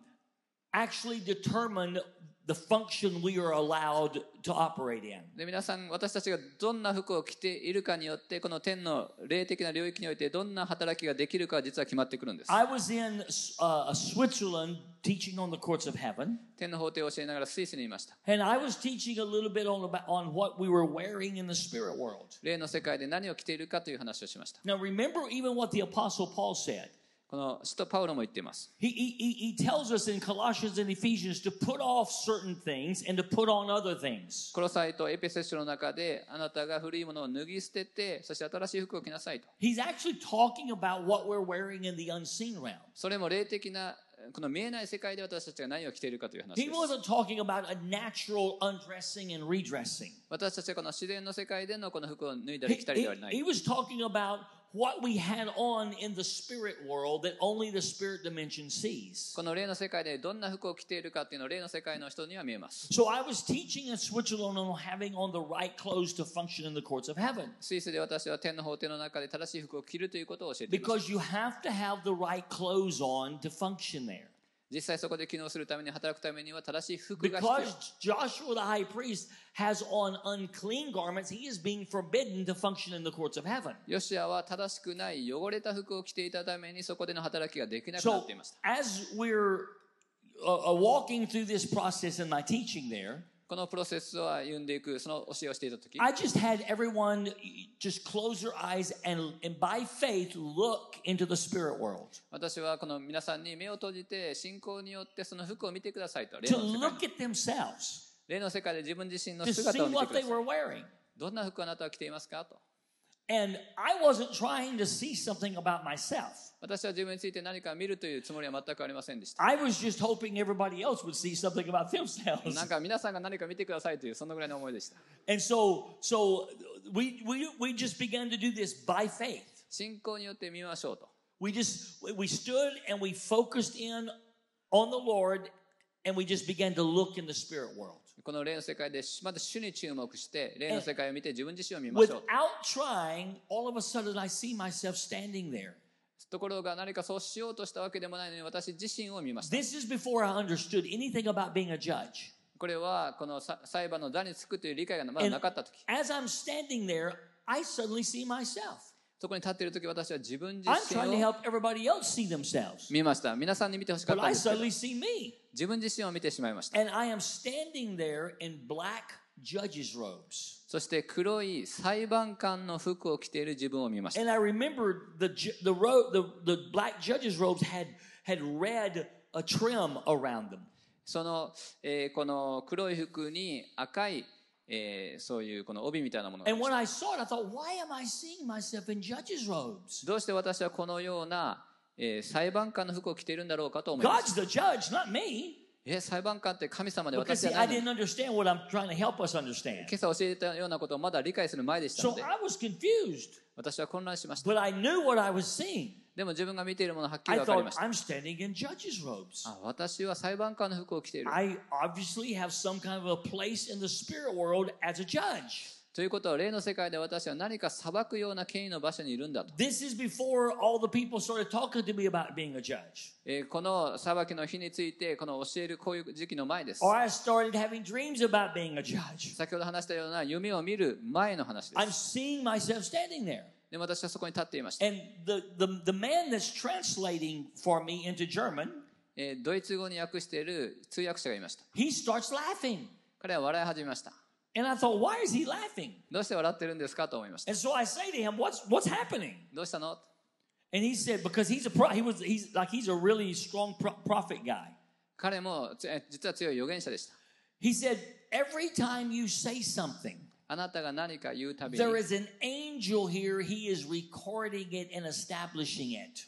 Speaker 2: actually determine the function we are allowed to operate in.
Speaker 3: で皆さん私たちがどんな服を着ているかによってこの天の霊的な領域においてどんな働きができるかは実は決まってくるんです
Speaker 2: I was in uh, Switzerland teaching on the courts of heaven,
Speaker 3: 天の法廷を教えながらスイスにいました
Speaker 2: and I was teaching a little bit on about on what we were wearing in the spirit world.
Speaker 3: 霊の世界で何を着ているかという話をしました
Speaker 2: Now, remember even what the Apostle Paul said.
Speaker 3: この使徒パウロも言っています
Speaker 2: He, he, he- he tells us in Colossians and Ephesians to put off certain things and to put on other things.
Speaker 3: コロサイとエペセ書の中であなたが古いものを脱ぎ捨ててそして新しい服を着なさいと
Speaker 2: He's actually talking about what we're wearing in the unseen realm.
Speaker 3: それも霊的なこの見えない世界で私たちが何を着ているかという話で
Speaker 2: He
Speaker 3: す
Speaker 2: wasn't talking about a natural undressing and redressing.
Speaker 3: 私たちはこの自然の世界でのこの服を脱いだ
Speaker 2: He,
Speaker 3: り着たりでは
Speaker 2: he-
Speaker 3: な
Speaker 2: he
Speaker 3: い
Speaker 2: was talking about what we had on in the spirit world that only the spirit dimension sees.
Speaker 3: この霊の世界でどんな服を着ているかっていうのを霊の世界の人には見えます
Speaker 2: So I was teaching in Switzerland on having on the right clothes to function in the courts of heaven
Speaker 3: スイスで私は天の法廷の中で正しい服を着るということを教えています
Speaker 2: because you have to have the right clothes on to function there.
Speaker 3: 実際そこで機能するために働くためには正しい服が必要
Speaker 2: Because Joshua the high priest has on unclean garments, he is being forbidden to function in the courts of heaven.
Speaker 3: ヨシアは正しくない汚れた服を着ていたためにそこでの働きができなくな
Speaker 2: So
Speaker 3: っていました。
Speaker 2: as we're uh, uh, walking through this process in my teaching there,
Speaker 3: このプロセスを歩んでいく、その教えをしていたとき、
Speaker 2: I just had everyone just close their eyes and, and by faith look into the spirit world.
Speaker 3: 私はこの皆さんに目を閉じて信仰によってその服を見てくださいと。霊
Speaker 2: To
Speaker 3: の世界
Speaker 2: look at themselves,
Speaker 3: 霊の世界で自分自身の
Speaker 2: to see
Speaker 3: 姿を見て
Speaker 2: what
Speaker 3: くだ
Speaker 2: they
Speaker 3: さい。
Speaker 2: were wearing.
Speaker 3: どんな服をあなたは着ていますかと。
Speaker 2: And I wasn't trying to see something about myself.
Speaker 3: 私は自分について何か見るというつもりは全くありませんでした。
Speaker 2: I was just hoping everybody else would see something about
Speaker 3: な
Speaker 2: themselves.
Speaker 3: んか皆さんが何か見てくださいという、そのぐらいの思いでした。
Speaker 2: And so, so we, we, we just began to do this by faith.
Speaker 3: 信仰によって見ましょうと。
Speaker 2: We just we- we stood and we focused in on the Lord and we just began to look in the spirit world
Speaker 3: この霊の世界で、まず主に注目して、霊の世界を見て自分自身を見ましょうと。
Speaker 2: without trying all of a sudden I see myself standing there
Speaker 3: ところが何かそうしようとしたわけでもないのに私自身を見ました。
Speaker 2: this is before I understood anything about being a judge
Speaker 3: これはこのさ裁判の座につくという理解がまだ
Speaker 2: And
Speaker 3: なかった時
Speaker 2: as I'm standing there I suddenly see myself
Speaker 3: そこに立っている時私は自分自
Speaker 2: I'm trying to
Speaker 3: 身を
Speaker 2: help everybody else see themselves
Speaker 3: 見ました。皆さんに見てほしかっ
Speaker 2: but
Speaker 3: たん
Speaker 2: I
Speaker 3: ですけど
Speaker 2: suddenly see me
Speaker 3: 自分自身を見てしまいました。
Speaker 2: and I am standing there in black judges robes
Speaker 3: そして黒い裁判官の服を着ている自分を見ました。
Speaker 2: And I remember the ju- the ro- the the black judges' robes had had red a trim around them.
Speaker 3: その、えーこの黒い服に赤い、えーそういうこの帯みたいなものがあ
Speaker 2: And
Speaker 3: りまし
Speaker 2: when I saw it, I thought, "Why am I seeing myself in judges'
Speaker 3: た
Speaker 2: robes?
Speaker 3: どうして私はこのような、えー裁判官の服を着ているんだろうかと思いました。
Speaker 2: God's the judge, not me."
Speaker 3: え裁判官って神様で
Speaker 2: Because
Speaker 3: 私じゃ
Speaker 2: see,
Speaker 3: な
Speaker 2: I
Speaker 3: いのに
Speaker 2: didn't understand what I'm trying to help us understand.
Speaker 3: 今朝教えたようなことをまだ理解する前でしたの
Speaker 2: So
Speaker 3: で
Speaker 2: I was confused,
Speaker 3: 私は混乱しました
Speaker 2: but I knew what I was seeing.
Speaker 3: でも自分が見ているものはっきり
Speaker 2: I
Speaker 3: 分かりま
Speaker 2: thought
Speaker 3: した
Speaker 2: I'm standing in judges' robes.
Speaker 3: あ私は裁判官の服を着ている
Speaker 2: I obviously have some kind of a place in the spirit world as a judge.
Speaker 3: ということは、霊の世界で私は何か裁くような権威の場所にいるんだと。
Speaker 2: This is before all the people started talking to me about being a judge.
Speaker 3: えーこの裁きの日について、この教えるこういう時期の前です。
Speaker 2: Or I started having dreams about being a judge.
Speaker 3: 先ほど話したような夢を見る前の話で
Speaker 2: I'm
Speaker 3: す。
Speaker 2: seeing myself standing there.
Speaker 3: で私はそこに立っていました。
Speaker 2: And the, the, the man that's translating for me into German,
Speaker 3: えードイツ語に訳している通訳者がいました。
Speaker 2: he starts laughing.
Speaker 3: 彼は笑い始めました。
Speaker 2: And I thought, why is he laughing?
Speaker 3: どうして笑ってるんですかと思いました。
Speaker 2: And so I say to him, what's, what's happening?
Speaker 3: どうしたの
Speaker 2: And he said, because he's a pro, he was, he's like, he's a really strong pro- prophet guy.
Speaker 3: 彼もつえ実は強い預言者でした。
Speaker 2: He said, every time you say something,
Speaker 3: あなたが何か言うたびに、
Speaker 2: there is an angel here. He is recording it and establishing it.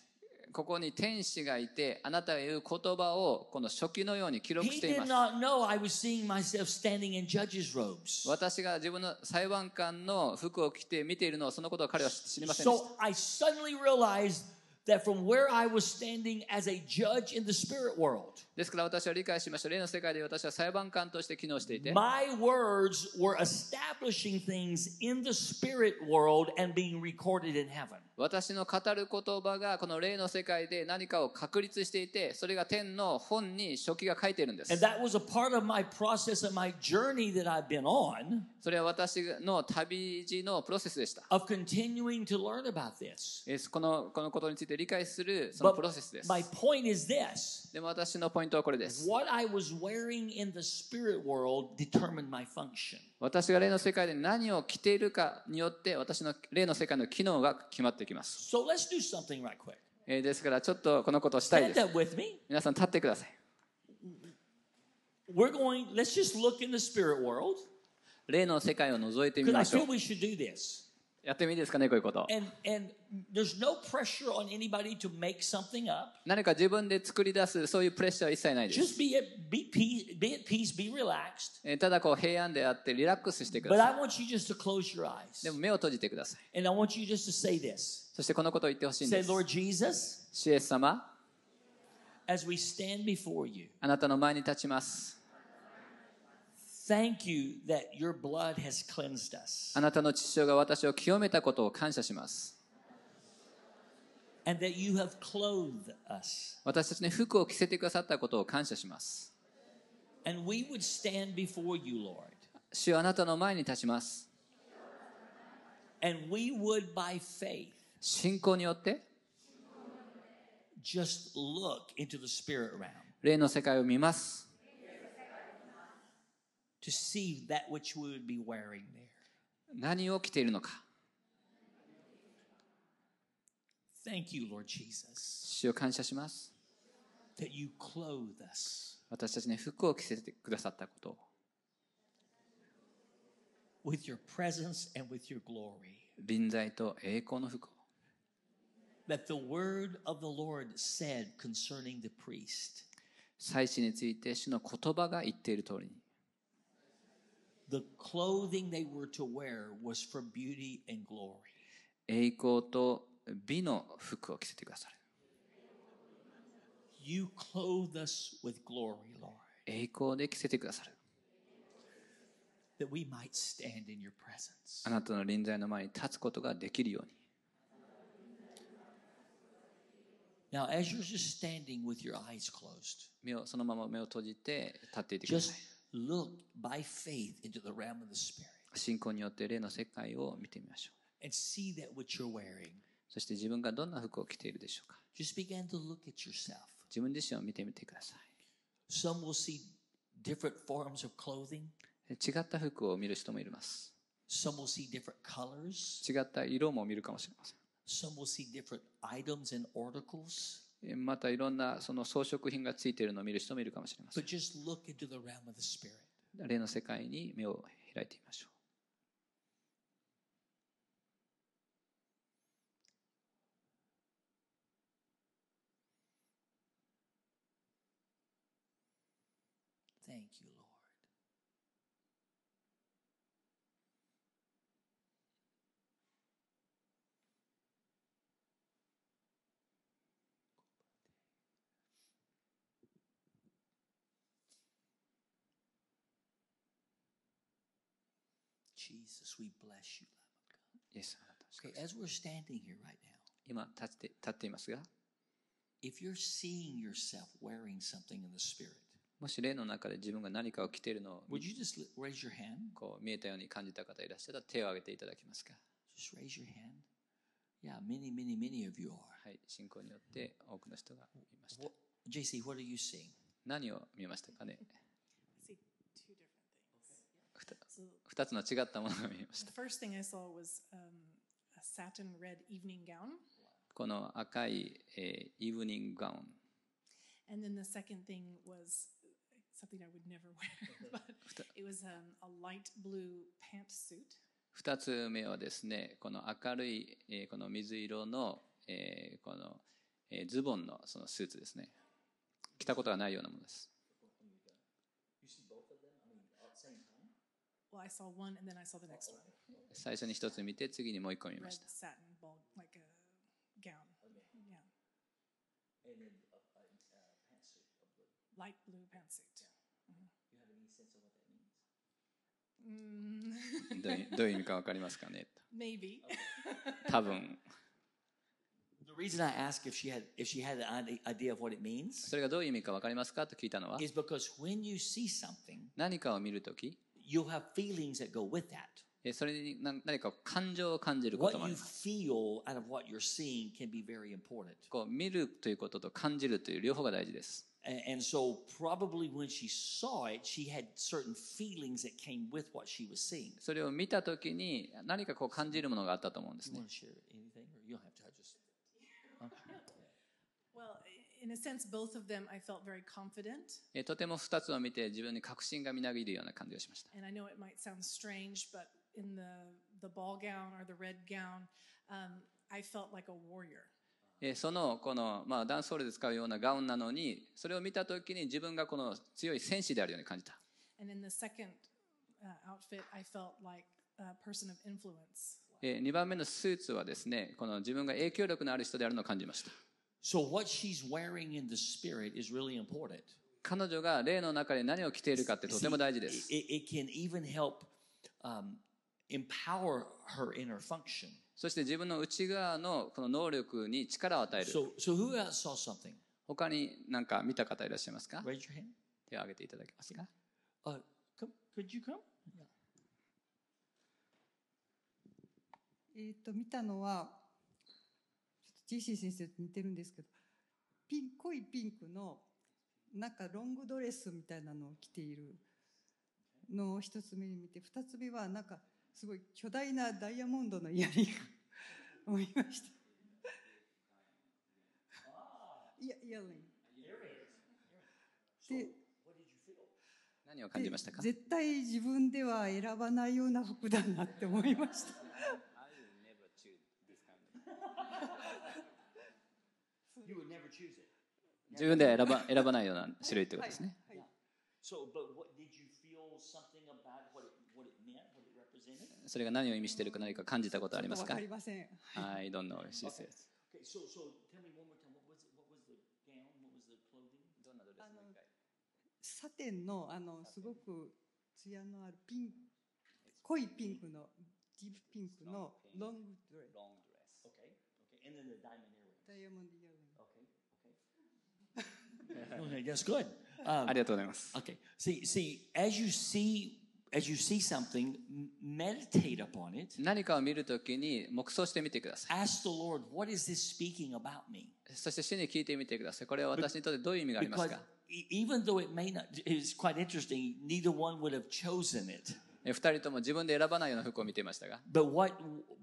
Speaker 3: ここに天使がいて、あなたが言う言葉をこの初期のように記録
Speaker 2: He
Speaker 3: していま
Speaker 2: did
Speaker 3: す。
Speaker 2: not know I was seeing myself standing in judges' robes.
Speaker 3: 私が自分の裁判官の服を着て見ているのをそのことを彼は知りませんでし
Speaker 2: So
Speaker 3: た。
Speaker 2: I suddenly realized that from where I was standing as a judge in the spirit world,
Speaker 3: ですから私は理解しました。例の世界で私は裁判官として機能していて、
Speaker 2: my words were establishing things in the spirit world and being recorded in heaven.
Speaker 3: 私の語る言葉がこの霊の世界で何かを確立していて、それが天の本に書記が書いているんで
Speaker 2: And
Speaker 3: す。
Speaker 2: that was a part of my process and my journey that I've been on
Speaker 3: それは私の旅路のプロセスでした。
Speaker 2: of continuing to learn about this.
Speaker 3: えーこのこのことについて理解するその
Speaker 2: But
Speaker 3: プロセスです。
Speaker 2: my point is this
Speaker 3: でも私のポイントはこれです。
Speaker 2: what I was wearing in the spirit world determined my function.
Speaker 3: 私が霊の世界で何を着ているかによって私の霊の世界の機能が決まってきます。
Speaker 2: So let's do something right quick.
Speaker 3: えーですからちょっとこのことをしたい
Speaker 2: Stand
Speaker 3: です。
Speaker 2: up with me.
Speaker 3: 皆さん立ってください。
Speaker 2: We're going, let's just look in the spirit world.
Speaker 3: 霊の世界を覗いてみ
Speaker 2: Because I
Speaker 3: ましょ
Speaker 2: feel
Speaker 3: う。
Speaker 2: we should do this.
Speaker 3: やってもいいですかね、こういうこと。
Speaker 2: And and there's no pressure on anybody to make something up.
Speaker 3: 何か自分で作り出すそういうプレッシャーは一切ないです。
Speaker 2: Just be at be peace, be at peace, be relaxed.
Speaker 3: えーただこう平安であってリラックスしてくだ
Speaker 2: But
Speaker 3: さい。
Speaker 2: I want you just to close your eyes.
Speaker 3: でも目を閉じてください。
Speaker 2: And I want you just to say this.
Speaker 3: そしてこのことを言ってほしいん
Speaker 2: Say,
Speaker 3: です。
Speaker 2: Lord Jesus,
Speaker 3: シエス様、
Speaker 2: as we stand before you,
Speaker 3: あなたの前に立ちます。
Speaker 2: thank you that your blood has cleansed us.
Speaker 3: あなたの父親が私を清めたことを感謝します。
Speaker 2: And that you have clothed us.
Speaker 3: 私たちに服を着せてくださったことを感謝します。
Speaker 2: And we would stand before you, Lord.
Speaker 3: 主よあなたの前に立ちます。
Speaker 2: And we would by faith
Speaker 3: 信仰によって、
Speaker 2: just look into the spirit realm.
Speaker 3: 霊の世界を見ます。
Speaker 2: to see that which we would be wearing there.
Speaker 3: 何を着ているのか。
Speaker 2: Thank you, Lord Jesus,
Speaker 3: 主を感謝します。
Speaker 2: that you clothe us.
Speaker 3: 私たちに服を着せてくださったことを。
Speaker 2: With your presence and with your glory.
Speaker 3: 臨在と栄光の服を。
Speaker 2: That the word of the Lord said concerning the priest,
Speaker 3: 祭祀について主の言葉が言っている通りに。
Speaker 2: the clothing they were to wear was for beauty and glory.
Speaker 3: 栄光と美の服を着せてくださる。
Speaker 2: You clothe us with glory, Lord,
Speaker 3: 栄光で着せてくださる。
Speaker 2: that we might stand in your presence.
Speaker 3: あなたの臨在の前に立つことができるように。
Speaker 2: Now, as you're just standing with your eyes closed,
Speaker 3: 目をそのまま目を閉じて立っていてくださ
Speaker 2: just
Speaker 3: い。
Speaker 2: look by faith into the realm of the Spirit.
Speaker 3: 信仰によって霊の世界を見てみましょう。
Speaker 2: and see that which you're wearing.
Speaker 3: そして自分がどんな服を着ているでしょうか。
Speaker 2: Just begin to look at yourself.
Speaker 3: 自分自身を見てみてくださ
Speaker 2: Some will see different forms of clothing,
Speaker 3: い。違った服を見る人もいます。
Speaker 2: some will see different colors,
Speaker 3: 違った色も見るかもしれませ
Speaker 2: some will see different items and articles.
Speaker 3: んえ。またいろんなその装飾品がついているのを見る人もいるかもしれません
Speaker 2: But。just look into the realm of the Spirit.
Speaker 3: 霊の世界に目を開いてみましょう。
Speaker 2: Thank you, Lord. Jesus, we bless you, Lamb of God.
Speaker 3: イエス様あなたを
Speaker 2: Okay,
Speaker 3: 祝福します
Speaker 2: as we're standing here right now,
Speaker 3: 今立って立っていますが
Speaker 2: if you're seeing yourself wearing something in the Spirit,
Speaker 3: もし霊の中で自分が何かを着ているのを
Speaker 2: would you just li- raise your hand?
Speaker 3: こう見えたように感じた方いらっしゃったら手を挙げていただけますか
Speaker 2: Just raise your hand. Yeah, many, many, many of you are.
Speaker 3: はい信仰によって多くの人が見ました
Speaker 2: JC, what are you seeing?
Speaker 3: 何を見ましたかね
Speaker 4: I see two different things.
Speaker 3: ふた
Speaker 4: So
Speaker 3: 二つの違ったものが見えました
Speaker 4: the first thing I saw was um, a satin red evening gown,
Speaker 3: この赤い、えーイブニングガウン
Speaker 4: and then the second thing was something I would never wear, but it was um, a light blue pantsuit.
Speaker 3: 二つ目はですねこの明るい、えーこの水色の、えーこの、えーズボンのそのスーツですね着たことがないようなものです
Speaker 2: You see both of them? I mean, at the same time?
Speaker 4: Well, I saw one, and then I saw the next one.
Speaker 3: 最初に一つ見て次にもう一個見ま
Speaker 4: Red
Speaker 3: した
Speaker 4: satin ball, like a gown. Yeah,
Speaker 2: And then a, a, a pantsuit of blue.
Speaker 4: light blue pantsuit.
Speaker 2: You have any sense of what that means?
Speaker 3: どう いうどういう意味か分かりますかね
Speaker 4: Mm. Maybe.
Speaker 3: 多分
Speaker 2: The reason I asked if she had if she had an ide- idea of what it means
Speaker 3: それがどういう意味か分かりますかと聞いたのは
Speaker 2: is because when you see something,
Speaker 3: 何かを見るとき
Speaker 2: you'll have feelings that go with that.
Speaker 3: えそれに何何か感情を感じるこ
Speaker 2: What
Speaker 3: ともあり
Speaker 2: you
Speaker 3: ます
Speaker 2: feel out of what you're seeing can be very important.
Speaker 3: こう見るということと感じるという両方が大事です
Speaker 2: And, and so probably when she saw it, she had certain feelings that came with what she was seeing.
Speaker 3: それを見たときに何かこう感じるものがあったと思うんです
Speaker 2: You
Speaker 3: ね
Speaker 2: want to share anything, or you don't have to. I just
Speaker 4: Well, i- in a sense, both of them I felt very confident.
Speaker 3: えとても2つを見て自分に確信がみなぎるような感じがしました
Speaker 4: And I know it might sound strange, but in the, the ball gown or the red gown, um, I felt like a warrior.
Speaker 3: えーそのこの、まあ、ダンスホールで使うようなガウンなのにそれを見た時に自分がこの強い戦士であるように感じた
Speaker 4: And in the second uh, outfit, I felt like a person of influence.
Speaker 3: え2番目のスーツはですねこの自分が影響力のある人であるのを感じました
Speaker 2: so what she's wearing in the spirit is really important.
Speaker 3: 彼女が霊の中で何を着ているかってとても大事で
Speaker 2: It,
Speaker 3: す
Speaker 2: it can even help um, empower her in her function.
Speaker 3: そして自分の内側のこの能力に力を与える
Speaker 2: So, so who else saw something?
Speaker 3: 他に何か見た方いらっしゃいますか
Speaker 2: Raise your hand.
Speaker 3: 手を挙げていただけますか
Speaker 2: Uh, come, could you come?
Speaker 5: えっ、と見たのはちょっとジェシー先生と似てるんですけどピン濃いピンクのなんかロングドレスみたいなのを着ているのを一つ目に見て二つ目はなんかすごい巨大なダイヤモンドのイヤリング思いま した。イヤイヤリングで
Speaker 3: 何を感じましたか
Speaker 5: 絶対自分では選ばないような服だなって思いま した。
Speaker 2: You would never choose it.
Speaker 3: 自分では選ば選ばないような種類ということですね
Speaker 2: So, but what did you feel something about what it, what it meant, what it represented?
Speaker 3: それが何を意味しているか何か感じたことあります
Speaker 5: わ
Speaker 3: か
Speaker 5: かりません。
Speaker 3: はいどんな美味しいです。
Speaker 2: Okay, so so tell me one more time. What was it? What was the gown? What was the clothing?
Speaker 3: どんなドレス
Speaker 5: もう一サテンのあのすごく艶のあるピン濃いピンクのディープピンクのロングドレス
Speaker 3: long dress.
Speaker 2: Okay, okay, and then the diamond earring.
Speaker 5: ダイヤモンドイヤリング
Speaker 2: Okay, okay. okay, Oh, that's good. Um,
Speaker 3: ありがとうございます。
Speaker 2: Okay, see, see, as you see, as you see something, m- meditate upon it.
Speaker 3: 何かを見るときに黙想してみてくださ
Speaker 2: Ask the Lord, what is this speaking about me?
Speaker 3: い。そして主に聞いてみてください。これは私にとってどういう意味がありますか
Speaker 2: e- even though it may not, it's quite interesting. Neither one would have chosen it.
Speaker 3: え二人とも自分で選ばないような服を見ていましたが、
Speaker 2: But what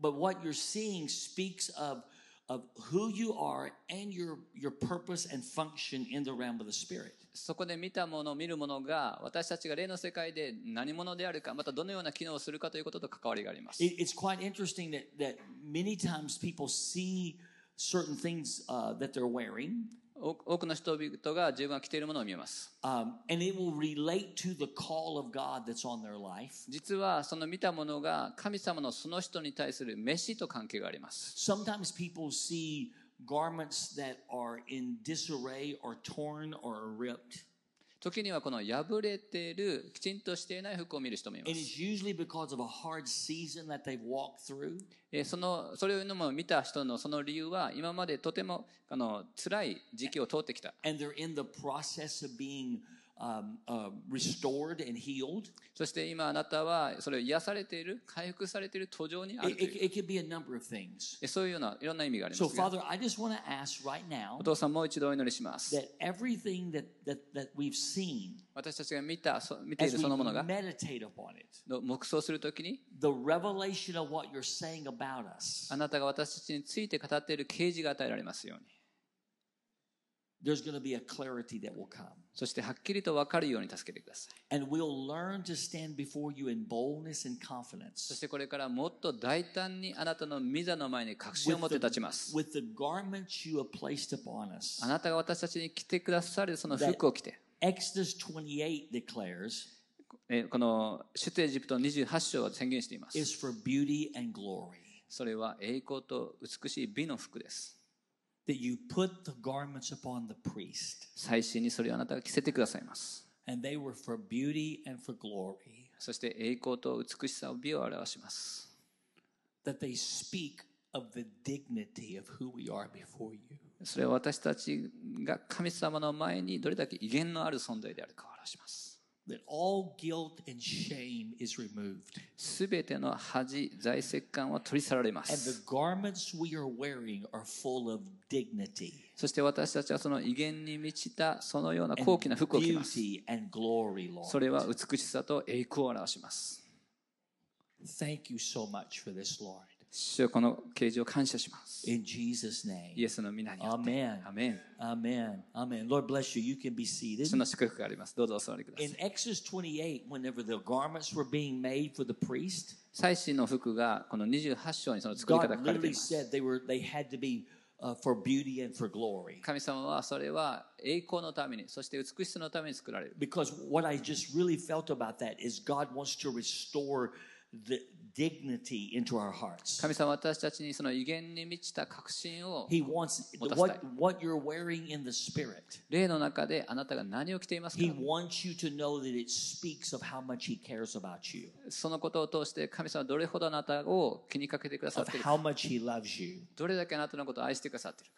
Speaker 2: but what you're seeing speaks of of who you are and your your purpose and function in the realm of the spirit.
Speaker 3: そこで見たもの、見るものが私たちが霊の世界で何者であるか、またどのような機能をするかということと関わりがあります。
Speaker 2: It, it's quite interesting that that many times people see certain things uh, that they're wearing,
Speaker 3: 多多くの人々が自分が着ているものを見ます。
Speaker 2: um, and it will relate to the call of God that's on their life.
Speaker 3: 実はその見たものが神様のその人に対する飯と関係があります。
Speaker 2: Sometimes people see garments that are in disarray or torn or ripped.
Speaker 3: 時にはこの破れてる、きちんとしていない服を見る人もいま
Speaker 2: And
Speaker 3: す。
Speaker 2: it's usually because of a hard season that they've walked through.
Speaker 3: えーその、それをも見た人のその理由は、今までとても、あの、辛い時期を通ってきた。
Speaker 2: and they're in the process of being um, uh, restored and healed.
Speaker 3: そして今あなたは、それを癒されている、回復されている途上にある
Speaker 2: It,
Speaker 3: と
Speaker 2: it,
Speaker 3: いう。
Speaker 2: it could be a number of things.
Speaker 3: えそういうような、いろんな意味がありま
Speaker 2: So,
Speaker 3: すが。
Speaker 2: Father, I just want to ask right now
Speaker 3: お父さん、もう一度お祈りします。
Speaker 2: that everything that, that, that we've seen,
Speaker 3: 私たちが見た、そ見てい
Speaker 2: as
Speaker 3: る
Speaker 2: we
Speaker 3: そのものが、
Speaker 2: meditate upon it,
Speaker 3: の黙想するときに、
Speaker 2: the revelation of what you're saying about us,
Speaker 3: あなたが私たちについて語っている啓示が与えられますように。
Speaker 2: there's going to be a clarity that will come.
Speaker 3: そしてはっきりと分かるように助けてください。
Speaker 2: And we'll learn to stand before you in boldness and
Speaker 3: そ
Speaker 2: confidence
Speaker 3: してこれからもっと大胆にあなたの御座の前に確信を
Speaker 2: with
Speaker 3: 持って立ち
Speaker 2: the,
Speaker 3: ます。
Speaker 2: with the garments you have placed upon us.
Speaker 3: あなたが私たちに着てくださるその服を着て、
Speaker 2: Exodus 28 declares
Speaker 3: えーこの出エジプト28章は宣言しています。
Speaker 2: is for beauty and glory.
Speaker 3: それは栄光と美しい美の服です。
Speaker 2: That you put the garments upon the priest,
Speaker 3: 最新にそれをあなたが着せてくださいます。
Speaker 2: and they were for beauty and for glory.
Speaker 3: そして栄光と美しさを美を表します。
Speaker 2: That they speak of the dignity of who we are before you.
Speaker 3: それは私たちが神様の前にどれだけ威厳のある存在であるかを表します。
Speaker 2: That all guilt and shame is removed.
Speaker 3: すべての恥、在籍感は取り去られま
Speaker 2: And the
Speaker 3: す。
Speaker 2: garments we are wearing are full of dignity,
Speaker 3: そして私たちはその威厳に満ちたそのような高貴な服を着ます。
Speaker 2: beauty and glory,
Speaker 3: それ
Speaker 2: Lord.
Speaker 3: は美しさと栄光を表します。
Speaker 2: Thank you so much for this, Lord.
Speaker 3: 主よこの啓示を感謝します。
Speaker 2: In Jesus'
Speaker 3: イ
Speaker 2: name.
Speaker 3: エスの皆によって。
Speaker 2: Amen.
Speaker 3: アメン。
Speaker 2: Amen. Amen. Lord bless you. You can be seated.
Speaker 3: 主の祝福があります。どうぞお座りください
Speaker 2: In。Exodus 28, whenever the garments were being made for the priest,
Speaker 3: 最新の服がこの28章にその作り方が
Speaker 2: God
Speaker 3: 書かれてい
Speaker 2: literally
Speaker 3: ます
Speaker 2: said they were they had to be uh, for beauty and for glory.
Speaker 3: 神様はそれは栄光のためにそして美しさのために作られる
Speaker 2: Because what I just really felt about that is God wants to restore the dignity into our hearts.
Speaker 3: 神様は私たちにその威厳に満ちた確信を
Speaker 2: He wants
Speaker 3: What does
Speaker 2: what
Speaker 3: that-
Speaker 2: what you're wearing in the spirit.
Speaker 3: 例の中であなたが何を着ていますか
Speaker 2: He wants you to know that it speaks of how much he cares about you,
Speaker 3: そのことを通して神様はどれほどあなたを気にかけてくださっ
Speaker 2: of
Speaker 3: ている
Speaker 2: how
Speaker 3: か
Speaker 2: much he loves you,
Speaker 3: どれだけあなたのことを愛してくださっている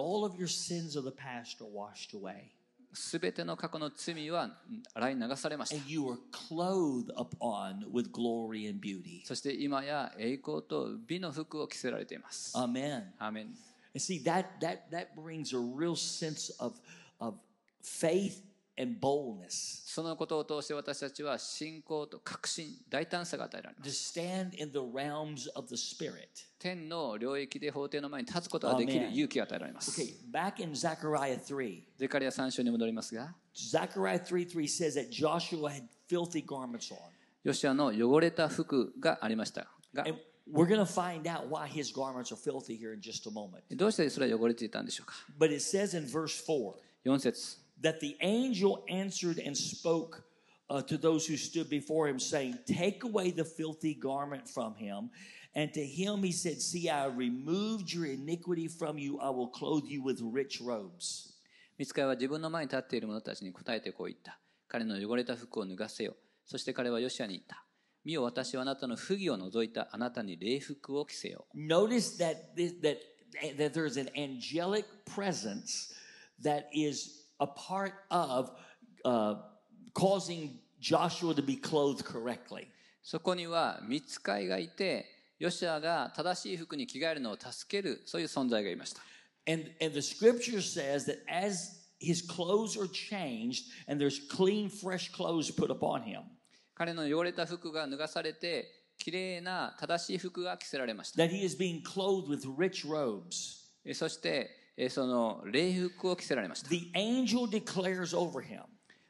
Speaker 2: that all of your sins of the past are washed away.
Speaker 3: すべての過去の罪はうん洗い流されまし
Speaker 2: and
Speaker 3: た
Speaker 2: you are clothed upon with glory and beauty.
Speaker 3: そして今や栄光と美の服を着せられています
Speaker 2: Amen.
Speaker 3: アーメン
Speaker 2: And see that that that brings a real sense of of faith and boldness
Speaker 3: そのことを通して私たちは信仰と確信大胆さが与えられます
Speaker 2: to stand in the realms of the spirit.
Speaker 3: 天の領域で法廷の前に立つことができる
Speaker 2: Amen.
Speaker 3: 勇気が与えられます。
Speaker 2: Okay, back in Zechariah 3.
Speaker 3: ゼカリア3章に戻りますが、
Speaker 2: Zechariah 3 3 says that Joshua had filthy garments on.
Speaker 3: ヨシアの汚れた服がありましたが、
Speaker 2: And we're going to find out why his garments are filthy here in just a moment.
Speaker 3: どうしてそれは汚れていたんでしょうか
Speaker 2: But it says in verse 4
Speaker 3: ?4 節
Speaker 2: that the angel answered and spoke uh, to those who stood before him, saying, Take away the filthy garment from him. And to him he said, See, I removed your iniquity from you. I will clothe you with rich robes.
Speaker 3: 見つかは自分の前に立っている者たちに答えてこう言った。彼の汚れた服を脱がせよ。そして彼はヨシアに言った。見よ私はあなたの不義を除いたあなたに礼服を着せよ。
Speaker 2: Notice that, thi- that, eh, that there's an angelic presence that is a part of uh, causing Joshua to be clothed correctly.
Speaker 3: そこには見つかいがいて、ヨシアが正しい服に着替えるのを助ける、そういう存在がいました。
Speaker 2: And and the scripture says that as his clothes are changed and there's clean, fresh clothes put upon him,
Speaker 3: 彼の汚れた服が脱がされて、綺麗な正しい服が着せられました。
Speaker 2: that he is being clothed with rich robes.
Speaker 3: えそして、えその礼服を着せられました。
Speaker 2: The angel declares over him,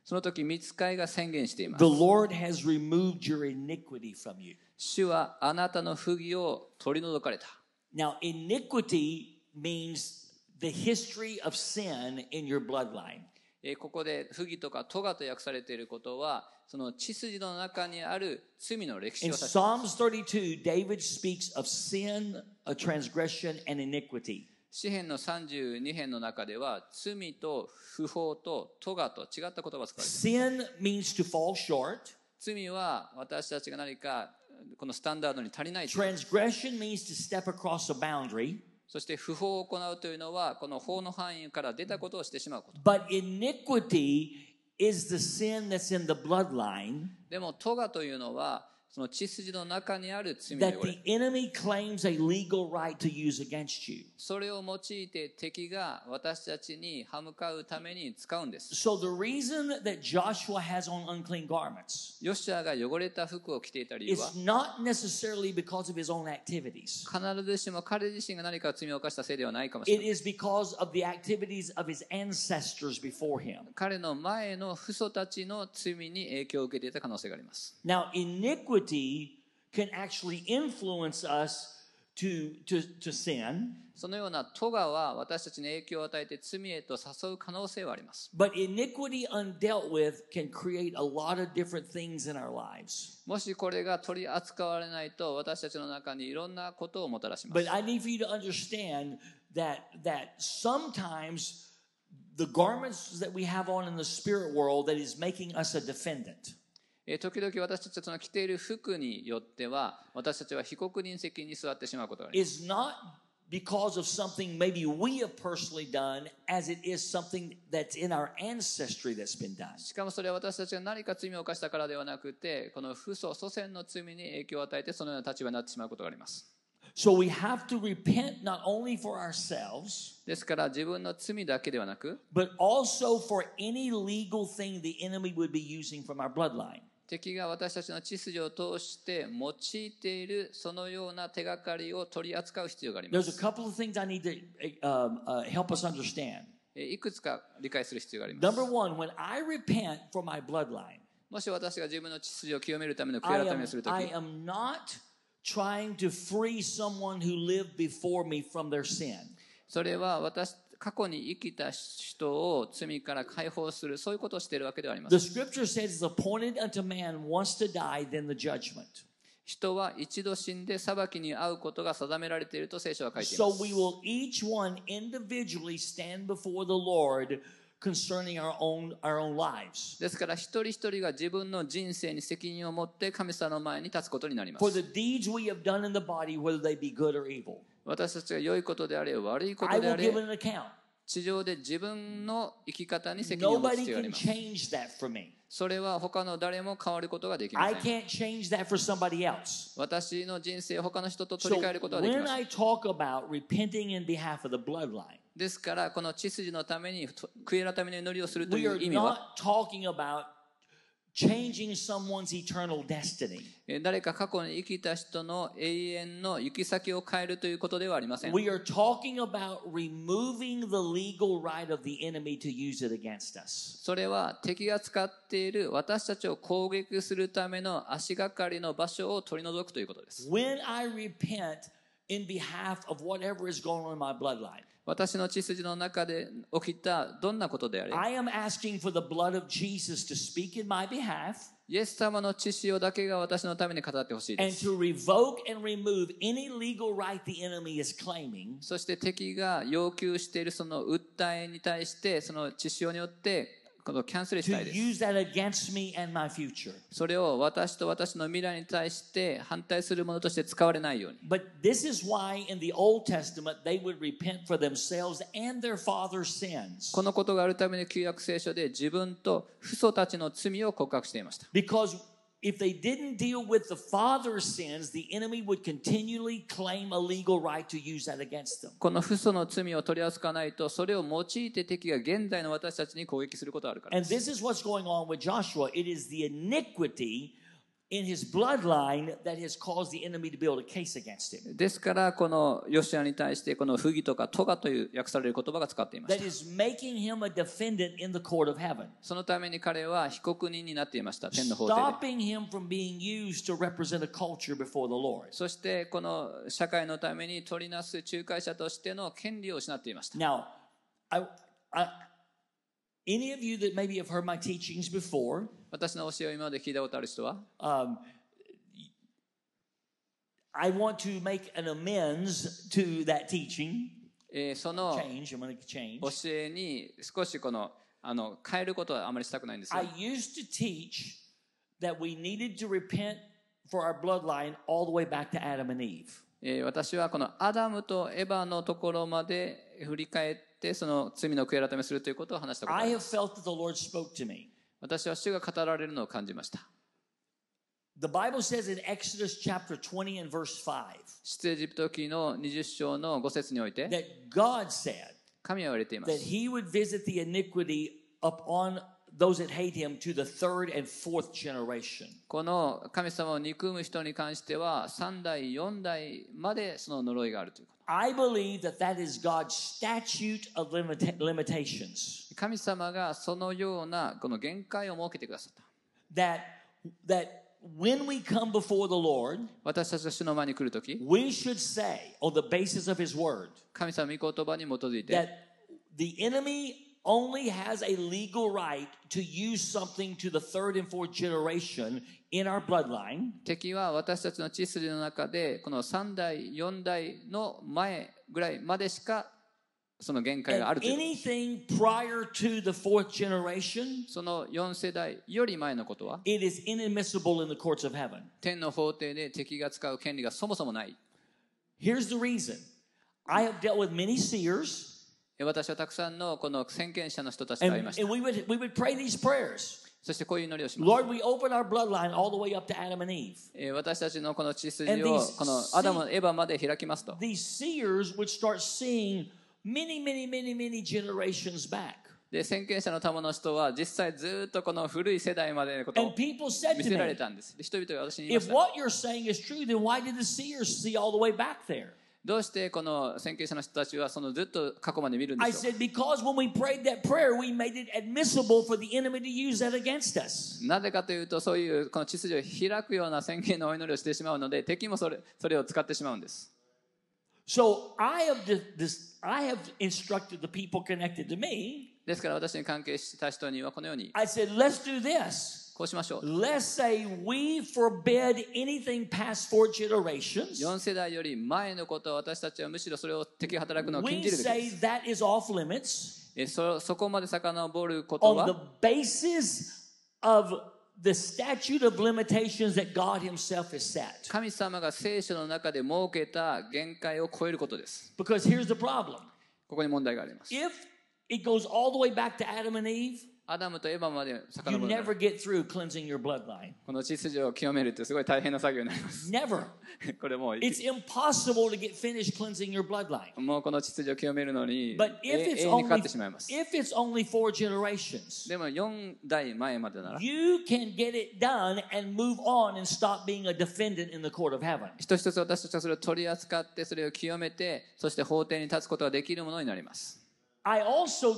Speaker 3: その時、見つかいが宣言しています
Speaker 2: The。Lord has removed your iniquity from you.
Speaker 3: 主はあなたの不義を取り除かれた。
Speaker 2: Now, iniquity means the history of sin in your bloodline.
Speaker 3: えここで不義とか咎と訳されていることは、その血筋の中にある罪の歴史
Speaker 2: In
Speaker 3: を指しています
Speaker 2: Psalms 32, David speaks of sin, a transgression, and iniquity.
Speaker 3: 詩篇の32編の中では、罪と不法と咎と違った言葉を使われています。
Speaker 2: Sin means to fall short.
Speaker 3: 罪は私たちが何かこのスタンダードに足りない。
Speaker 2: Transgression means to step across a boundary.
Speaker 3: そして不法を行うというのは、この法の範囲から出たことをしてしまうこと。
Speaker 2: But iniquity is the sin that's in the bloodline
Speaker 3: でも、咎というのは、その血筋の中にある罪の
Speaker 2: that
Speaker 3: 汚れ
Speaker 2: the。enemy claims a legal right to use against you.
Speaker 3: それを用いて敵が私たちに歯向かうために使うんです。
Speaker 2: So the reason that Joshua has on unclean garments
Speaker 3: ヨシュアが汚れた服を着ていた理由は
Speaker 2: is、not necessarily because of his own activities.
Speaker 3: 必ずしも彼自身が何か罪を犯したせいではないかもしれ
Speaker 2: It
Speaker 3: ない。
Speaker 2: is because of the activities of his ancestors before him.
Speaker 3: 彼の前の父祖たちの罪に影響を受けていた可能性があります。
Speaker 2: Now, iniquity can actually influence us to, to, to sin,
Speaker 3: そのような咎は私たちに影響を与えて罪へと誘う可能性はあります。
Speaker 2: but iniquity undealt with can create a lot of different things in our lives.
Speaker 3: もしこれが取り扱われないと私たちの中にいろんなことをもたらします
Speaker 2: But。I need for you to understand that, that sometimes the garments that we have on in the spirit world that is making us a defendant.
Speaker 3: えー時々私たちの着ている服によっては私たちは被告人席に座ってしまうことがあります。
Speaker 2: is not because of something maybe we have personally done as it is something that's in our ancestry that's been done.
Speaker 3: しかもそれは私たちが何か罪を犯したからではなくて、この父祖、祖先の罪に影響を与えて、そのような立場になってしまうことがあります。
Speaker 2: So we have to repent not only for ourselves,
Speaker 3: ですから自分の罪だけではなく、
Speaker 2: but also for any legal thing the enemy would be using from our bloodline.
Speaker 3: 敵が私たちの血筋を通して用いているそのような手がかりを取り扱う必要がありま
Speaker 2: There's a
Speaker 3: す。
Speaker 2: couple of things I need to um, uh, help us understand.
Speaker 3: えーいくつか理解する必要があります。
Speaker 2: Number one, when I repent for my bloodline,
Speaker 3: もし私が自分の血筋を清めるための悔
Speaker 2: I
Speaker 3: い改め
Speaker 2: am,
Speaker 3: をするとき
Speaker 2: I、am not trying to free someone who lived before me from their sin.
Speaker 3: それは私、過去に生きた人を罪から解放する、そういうことをしているわけではありま
Speaker 2: The
Speaker 3: せん。
Speaker 2: scripture says it's appointed unto man once to die, then the judgment.
Speaker 3: 人は一度死んで裁きに遭うことが定められていると聖書は書いていま
Speaker 2: So
Speaker 3: す。
Speaker 2: we will each one individually stand before the Lord concerning our own our own lives.
Speaker 3: ですから一人一人が自分の人生に責任を持って神様の前に立つことになりま
Speaker 2: For the
Speaker 3: す。
Speaker 2: deeds we have done in the body, whether they be good or evil.
Speaker 3: 私たちが良いことであれ悪いこ
Speaker 2: I
Speaker 3: とであ
Speaker 2: will
Speaker 3: れ
Speaker 2: give an account.
Speaker 3: 地上で自分の生き方に責任を持つ
Speaker 2: Nobody
Speaker 3: 必要があり
Speaker 2: can
Speaker 3: ます。
Speaker 2: change that for me.
Speaker 3: それは他の誰も変わることができま
Speaker 2: I
Speaker 3: せん。
Speaker 2: can't change that for somebody else.
Speaker 3: 私の人生を他の人と
Speaker 2: So
Speaker 3: 取り替えることはでき
Speaker 2: when
Speaker 3: ません。
Speaker 2: I talk about repenting in behalf of the bloodline,
Speaker 3: ですから、この血筋のために、と悔い改めの祈りをするとい
Speaker 2: we
Speaker 3: う
Speaker 2: are
Speaker 3: 意味は、
Speaker 2: not talking about changing someone's eternal destiny.
Speaker 3: えー誰か過去に生きた人の永遠の行き先を変えるということではありません。
Speaker 2: We are talking about removing the legal right of the enemy to use it against us.
Speaker 3: それは敵が使っている私たちを攻撃するための足がかりの場所を取り除くということです。
Speaker 2: When I repent in behalf of whatever is going on in my bloodline,
Speaker 3: 私の血筋の中で起きたどんなことであれ、
Speaker 2: I am asking for the blood of Jesus to speak in my behalf
Speaker 3: イエス様の血潮だけが私のために語ってほしいで
Speaker 2: and
Speaker 3: す。
Speaker 2: to revoke and remove any legal right the enemy is claiming
Speaker 3: そして敵が要求しているその訴えに対して、その血潮によって、このキャンセルした
Speaker 2: to
Speaker 3: いです。
Speaker 2: use that against me and my future.
Speaker 3: それを私と私の未来に対して反対するものとして使われないように。
Speaker 2: But this is why in the Old Testament they would repent for themselves and their father's sins.
Speaker 3: このことがあるために旧約聖書で自分と父祖たちの罪を告白していました。
Speaker 2: Because if they didn't deal with the father's sins, the enemy would continually claim a legal right to use that against them.
Speaker 3: この父祖の罪を取り扱わないと、それを用いて敵が現代の私たちに攻撃することがあるから
Speaker 2: And
Speaker 3: です。
Speaker 2: this is what's going on with Joshua. It is the iniquity in his bloodline that has caused the enemy to build a case against him.
Speaker 3: ですから、このヨシアに対して、この不義とかトガという訳される言葉が使っていまし
Speaker 2: That
Speaker 3: た。
Speaker 2: is making him a defendant in the court of heaven,
Speaker 3: そのために彼は被告人になっていました、天の法廷で。
Speaker 2: stopping him from being used to represent a culture before the Lord.
Speaker 3: そして、この社会のために取りなす仲介者としての権利を失っていました。
Speaker 2: Now, I, I, any of you that maybe have heard my teachings before,
Speaker 3: 私の教えを今まで聞いたことある人は、
Speaker 2: um, I want to make an amends to that teaching.
Speaker 3: えーその
Speaker 2: change. I'm going to change.
Speaker 3: 教えに少しこのあの変えることはあまりしたくないんです
Speaker 2: I
Speaker 3: が
Speaker 2: used to teach that we needed to repent for our bloodline all the way back to Adam and Eve.
Speaker 3: えー私はこのアダムとエバのところまで振り返ってその罪の悔い改めするということを話したことが
Speaker 2: I
Speaker 3: ありま
Speaker 2: have
Speaker 3: す
Speaker 2: felt that the Lord spoke to me.
Speaker 3: 私は主が語られるのを感じました
Speaker 2: The Bible says in Exodus chapter 20 and verse 5
Speaker 3: 出エジプト記の20章の5節において
Speaker 2: that God said
Speaker 3: 神は言われています
Speaker 2: that he would visit the iniquity upon those that hate him to the third and fourth generation.
Speaker 3: この神様を憎む人に関しては3代4代までその呪いがあるというこ
Speaker 2: I believe that that is God's statute of limita- limitations.
Speaker 3: と神様がそのようなこの限界を設けてくださった
Speaker 2: That that when we come before the Lord,
Speaker 3: 私たちが主の前に来るとき
Speaker 2: we should say on the basis of his word
Speaker 3: 神様御言葉に基づいて
Speaker 2: that the enemy only has a legal right to use something to the third and fourth generation in our bloodline
Speaker 3: 敵は私たちの血筋の中でこの3代4代の前ぐらいまでしかその限界
Speaker 2: and
Speaker 3: があるということ
Speaker 2: anything prior to the fourth generation
Speaker 3: その4世代より前のことは
Speaker 2: it is inadmissible in the courts of heaven
Speaker 3: 天の法廷で敵が使う権利がそもそもない
Speaker 2: here's the reason i have dealt with many seers
Speaker 3: え私はたくさんのこの先見者の人たちと会い
Speaker 2: and,
Speaker 3: まし
Speaker 2: and
Speaker 3: た
Speaker 2: we would we would pray these prayers
Speaker 3: そしてこういう祈りをしました
Speaker 2: lord we open our bloodline all the way up to adam and eve
Speaker 3: えー私たちのこの血
Speaker 2: And
Speaker 3: 筋
Speaker 2: these
Speaker 3: をこのアダム、エヴァまで開きますと
Speaker 2: these seers would start seeing many many many many generations back
Speaker 3: で先見者の玉の人は実際ずっとこの古い世代までのことを
Speaker 2: And people said
Speaker 3: 見
Speaker 2: to
Speaker 3: せられ
Speaker 2: Oh, me,
Speaker 3: たんですで人々が私に言いま
Speaker 2: if
Speaker 3: した
Speaker 2: what you're saying is true, then why did the seers see all the way back there?
Speaker 3: どうしてこの先見者の人たちはそのずっと過去まで見るんで
Speaker 2: I
Speaker 3: しょう
Speaker 2: said, because when we prayed that prayer, we made it admissible for the enemy to use that against us.
Speaker 3: なぜかというとそういうこの血筋を開くような宣言のお祈りをしてしまうので敵もそれそれを使ってしまうんです
Speaker 2: So I have de- this, I have instructed the people connected to me.
Speaker 3: ですから私に関係した人にはこのように
Speaker 2: I said, let's do this.
Speaker 3: こうしましょう
Speaker 2: Let's say we forbid anything past four generations.
Speaker 3: 4世代より前のことを私たちはむしろそれを敵が働くのを禁
Speaker 2: We
Speaker 3: じるべき
Speaker 2: say
Speaker 3: です
Speaker 2: that is off limits
Speaker 3: えそそこまで遡ることは
Speaker 2: on the basis of the statute of limitations that God Himself has set.
Speaker 3: 神様が聖書の中で設けた限界を超えることです。
Speaker 2: Because here's the problem
Speaker 3: ここに問題があります。
Speaker 2: if it goes all the way back to Adam and Eve,
Speaker 3: アダムとエヴァまで
Speaker 2: you
Speaker 3: 遡る
Speaker 2: never。get through cleansing your bloodline.
Speaker 3: この血筋を清めるってすごい大変な作業になります。
Speaker 2: Never.
Speaker 3: これもう、
Speaker 2: It's impossible to get finished cleansing your bloodline.
Speaker 3: もうこの血筋を清めるのに
Speaker 2: But
Speaker 3: え
Speaker 2: if
Speaker 3: 永
Speaker 2: it's
Speaker 3: 遠にかか
Speaker 2: only
Speaker 3: ってしまいます。
Speaker 2: if it's only four generations,
Speaker 3: でも4代前までなら、
Speaker 2: you can get it done and move on and stop being a defendant in the court of heaven.
Speaker 3: 一つ一つ私たちはそれを取り扱って、それを清めて、そして法廷に立つことができるものになります。
Speaker 2: I also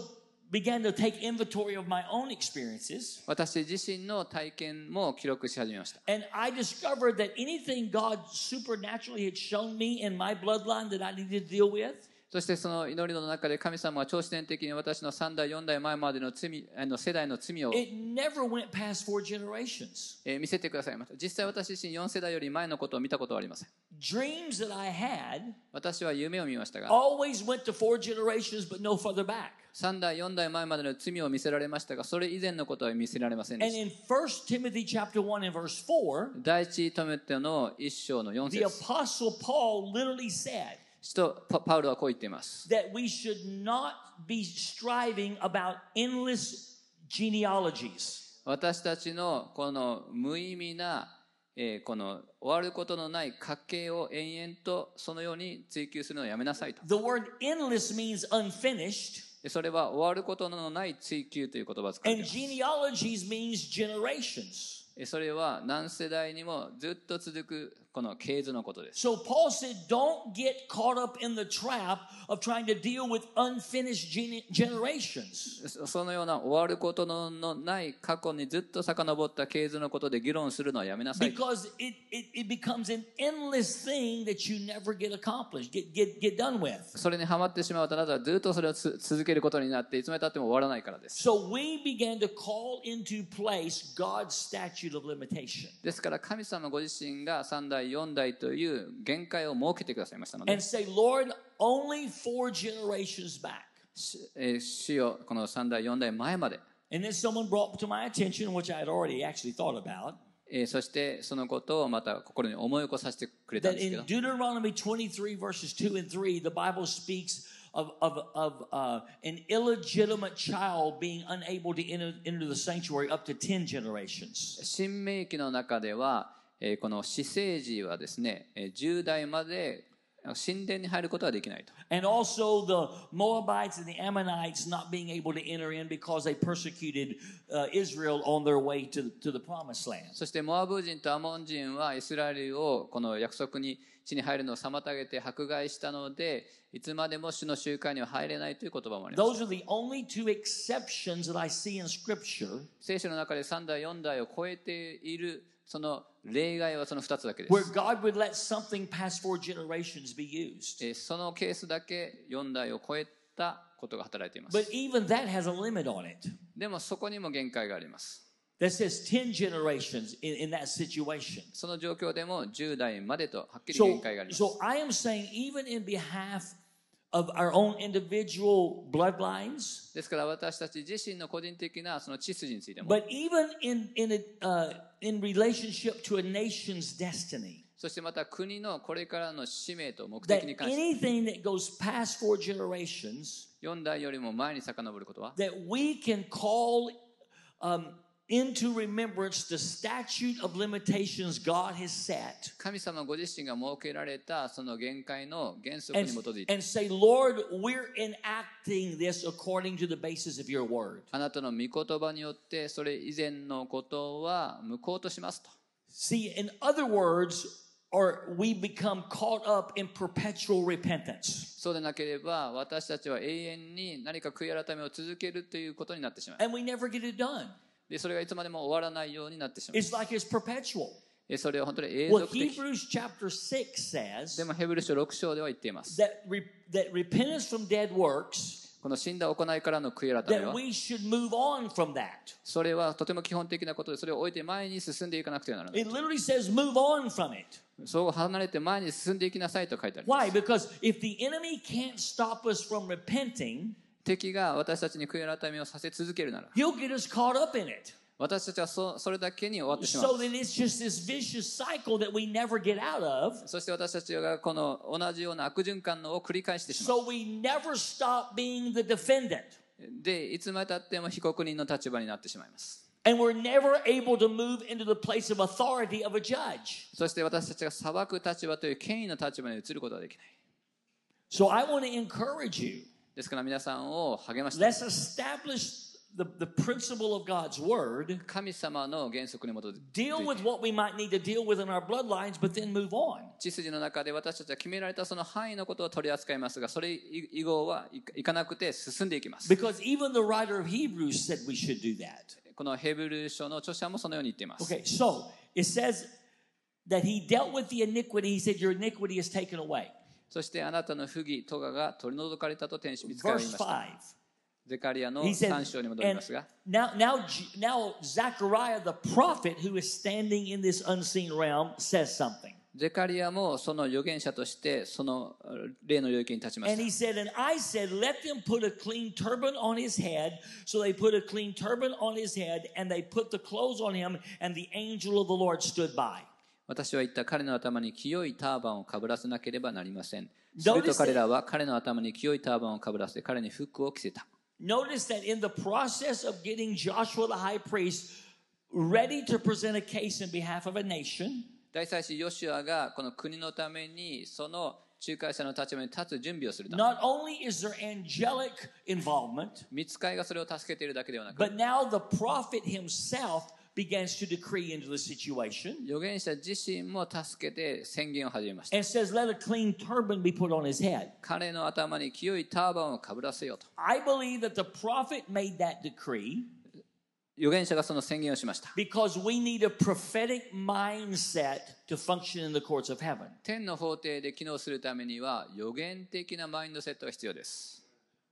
Speaker 2: began to take inventory of my own experiences.
Speaker 3: 私自身の体験も記録し始めました。
Speaker 2: And I discovered that anything God supernaturally had shown me in my bloodline that I needed to deal with,
Speaker 3: そしてその祈りの中で神様は超自然的に私の3代、4代前までの罪あの世代の罪を
Speaker 2: it never went past four generations.
Speaker 3: えー見せてくださいました実際私自身4世代より前のことを見たことはありません
Speaker 2: Dreams that I had
Speaker 3: 私は夢を見ましたが
Speaker 2: always went to four generations, but no further back.
Speaker 3: 3代4代前までの罪を見せられましたがそれ以前のことは見せられませんで
Speaker 2: And
Speaker 3: した
Speaker 2: in 1 Timothy chapter 1 and verse 4,
Speaker 3: 第一トメテの一章の4
Speaker 2: the
Speaker 3: 節
Speaker 2: apostle Paul literally said
Speaker 3: 使徒パパウルはこう言っています
Speaker 2: that we should not be striving about endless genealogies.
Speaker 3: 私たちのこの無意味な、えーこの終わることのない家系を延々とそのように追求するのをやめなさいと
Speaker 2: The word endless means unfinished.
Speaker 3: でそれは終わることのない追求という言葉を使ってい
Speaker 2: And
Speaker 3: ます
Speaker 2: genealogies means generations.
Speaker 3: えそれは何世代にもずっと続くこの系図のことです
Speaker 2: So Paul said, don't get caught up in the trap of trying to deal with unfinished gene- generations.
Speaker 3: そそのような終わることののない過去にずっと遡った系図のことで議論するのはやめなさい。
Speaker 2: Because it, it, it becomes an endless thing that you never get accomplished, get, get, get done with.
Speaker 3: それにハマってしまうとあなたはずっとそれをつ続けることになっていつまでたっても終わらないからです。
Speaker 2: So we began to call into place God's statute of limitation.
Speaker 3: ですから神様ご自身が3代代、4代という限界を設けてくださいましたので
Speaker 2: and、say, Lord, only four generations back.
Speaker 3: しえー死をこの3代、4代前まで、
Speaker 2: And then someone brought to my attention, which I had already actually thought about,
Speaker 3: えーそしてそのことをまた心に思い起こさせてくれたん
Speaker 2: that
Speaker 3: ですけど
Speaker 2: in、Deuteronomy 23, verses 2 and 3, the Bible speaks of, of, of uh, an illegitimate child being unable to enter, enter the sanctuary up to 10 generations.
Speaker 3: 新明記の中では、えーこの死生児はですね、えー10代まで神殿に入ることはできないと。
Speaker 2: And also the Moabites and the Ammonites not being able to enter in because they persecuted uh, Israel on their way to, to the promised land.
Speaker 3: そしてモアブ人とアモン人はイスラエルをこの約束に地に入るのを妨げて迫害したので、いつまでも主の集会には入れないという言葉もあります。
Speaker 2: Those are the only two exceptions that I see in Scripture
Speaker 3: 聖書の中で3代、4代を超えているその例外はその2つだけで
Speaker 2: where
Speaker 3: す。
Speaker 2: God would let something past four generations be used.
Speaker 3: えーそのケースだけ4代を超えたことが働いています
Speaker 2: But。even that has a limit on it
Speaker 3: でもそこにも限界があります。
Speaker 2: that says 10 generations in, in that situation.
Speaker 3: その状況でも10代までとはっきり
Speaker 2: So,
Speaker 3: 限界があります。
Speaker 2: so I am saying, even in behalf of our own individual bloodlines,
Speaker 3: ですから私たち自身の個人的なその血筋についても、
Speaker 2: but even in, in, a, uh, in relationship to a nation's destiny,
Speaker 3: そしてまた国のこれからの使命と目
Speaker 2: that
Speaker 3: 的に関して、
Speaker 2: anything that goes past four generations,
Speaker 3: 4代よりも前に遡ることは、
Speaker 2: that we can call um, into remembrance the statute of limitations God has set
Speaker 3: 神様ご自身が設けられたその限界の原則に
Speaker 2: and,
Speaker 3: 基づいて、
Speaker 2: and say, Lord, we're enacting this according to the basis of your word.
Speaker 3: あなたの御言葉によってそれ以前のことは無効としますと。
Speaker 2: See, in other words, or we become caught up in perpetual repentance.
Speaker 3: そうでなければ私たちは永遠に何か悔い改めを続けるということになってしまう。
Speaker 2: And we never get it done.
Speaker 3: でそれがいつまでも終わらないようになってしまう
Speaker 2: It's like it's perpetual.
Speaker 3: え。それは本当に永
Speaker 2: Well,
Speaker 3: 続的。
Speaker 2: Hebrews chapter 6 says
Speaker 3: でもヘブル書6章では言っています。
Speaker 2: that, re- that repentance from dead works,
Speaker 3: この死んだ行いからの悔い改め
Speaker 2: that
Speaker 3: は、
Speaker 2: we should move on from that.
Speaker 3: それはとても基本的なことで、それを置いて前に進んでいかなくてはならない。
Speaker 2: It literally says move on from it.
Speaker 3: そう離れて前に進んでいきなさいと書いてありま
Speaker 2: Why?
Speaker 3: す。
Speaker 2: Because if the enemy can't stop us from repenting,
Speaker 3: 敵が私たちに悔い改めをさせ続けるなら、
Speaker 2: he'll get us caught up in it.
Speaker 3: 私たちはそそれだけに終わってしま
Speaker 2: So
Speaker 3: う。
Speaker 2: that it's just this vicious cycle that we never get out of.
Speaker 3: そして私たちがこの同じような悪循環のを繰り返してしまう。
Speaker 2: So we never stop being the defendant.
Speaker 3: で、いつまでたっても被告人の立場になってしまいます。
Speaker 2: And we're never able to move into the place of authority of a judge.
Speaker 3: そして私たちが裁く立場という権威の立場に移ることはできない。
Speaker 2: So I want to encourage you
Speaker 3: ですから皆さんを励まして、
Speaker 2: let's establish the, the principle of God's word,
Speaker 3: 神様の原則に基づいて
Speaker 2: deal with what we might need to deal with in our bloodlines, but then move on.
Speaker 3: 血筋の中で私たちは決められたその範囲のことを取り扱いますが、それ以後はいいかなくて進んでいきます。
Speaker 2: Because even the writer of Hebrews said we should do that.
Speaker 3: このヘブル書の著者もそのように言っています。
Speaker 2: Okay, so it says that he dealt with the iniquity. He said, Your iniquity is taken away.
Speaker 3: そしてあなたの不義、咎が取り除かれたと天使見つかりま
Speaker 2: Verse
Speaker 3: した。
Speaker 2: 5.
Speaker 3: ゼカリアの
Speaker 2: He said,
Speaker 3: 3章に戻りま
Speaker 2: and
Speaker 3: すが、
Speaker 2: now, now, J- now Zechariah the prophet, who is standing in this unseen realm, says something.
Speaker 3: ゼカリアもその預言者として、その例の領域に立ちま
Speaker 2: And
Speaker 3: し
Speaker 2: he said, And I said, Let them put a clean turban on his head. So they put a clean turban on his head, and they put the clothes on him, and the angel of the Lord stood by.
Speaker 3: 私は言った彼の頭に清いターバンをかぶらせなければなりません。すると彼らは彼の頭に清いターバンをかぶらせ、彼に服を着せた。
Speaker 2: Notice that in the process of getting Joshua the high priest ready to present a case in behalf of a nation,
Speaker 3: 大祭司ヨシュアがこの国のためにその仲介者の立場に立つ準備をするため
Speaker 2: not only is there angelic involvement,
Speaker 3: 見つかいがそれを助けているだけではなく
Speaker 2: but now the prophet himself begins to decree into the situation
Speaker 3: 預言者自身も助けて宣言を始めました
Speaker 2: and says, Let a clean turban be put on his head.
Speaker 3: 彼の頭に清いターバンをかぶらせようと
Speaker 2: I believe that the prophet made that decree
Speaker 3: 預言者がその宣言をしました
Speaker 2: because we need a prophetic mindset to function in the courts of heaven.
Speaker 3: 天の法廷で機能するためには予言的なマインドセットが必要です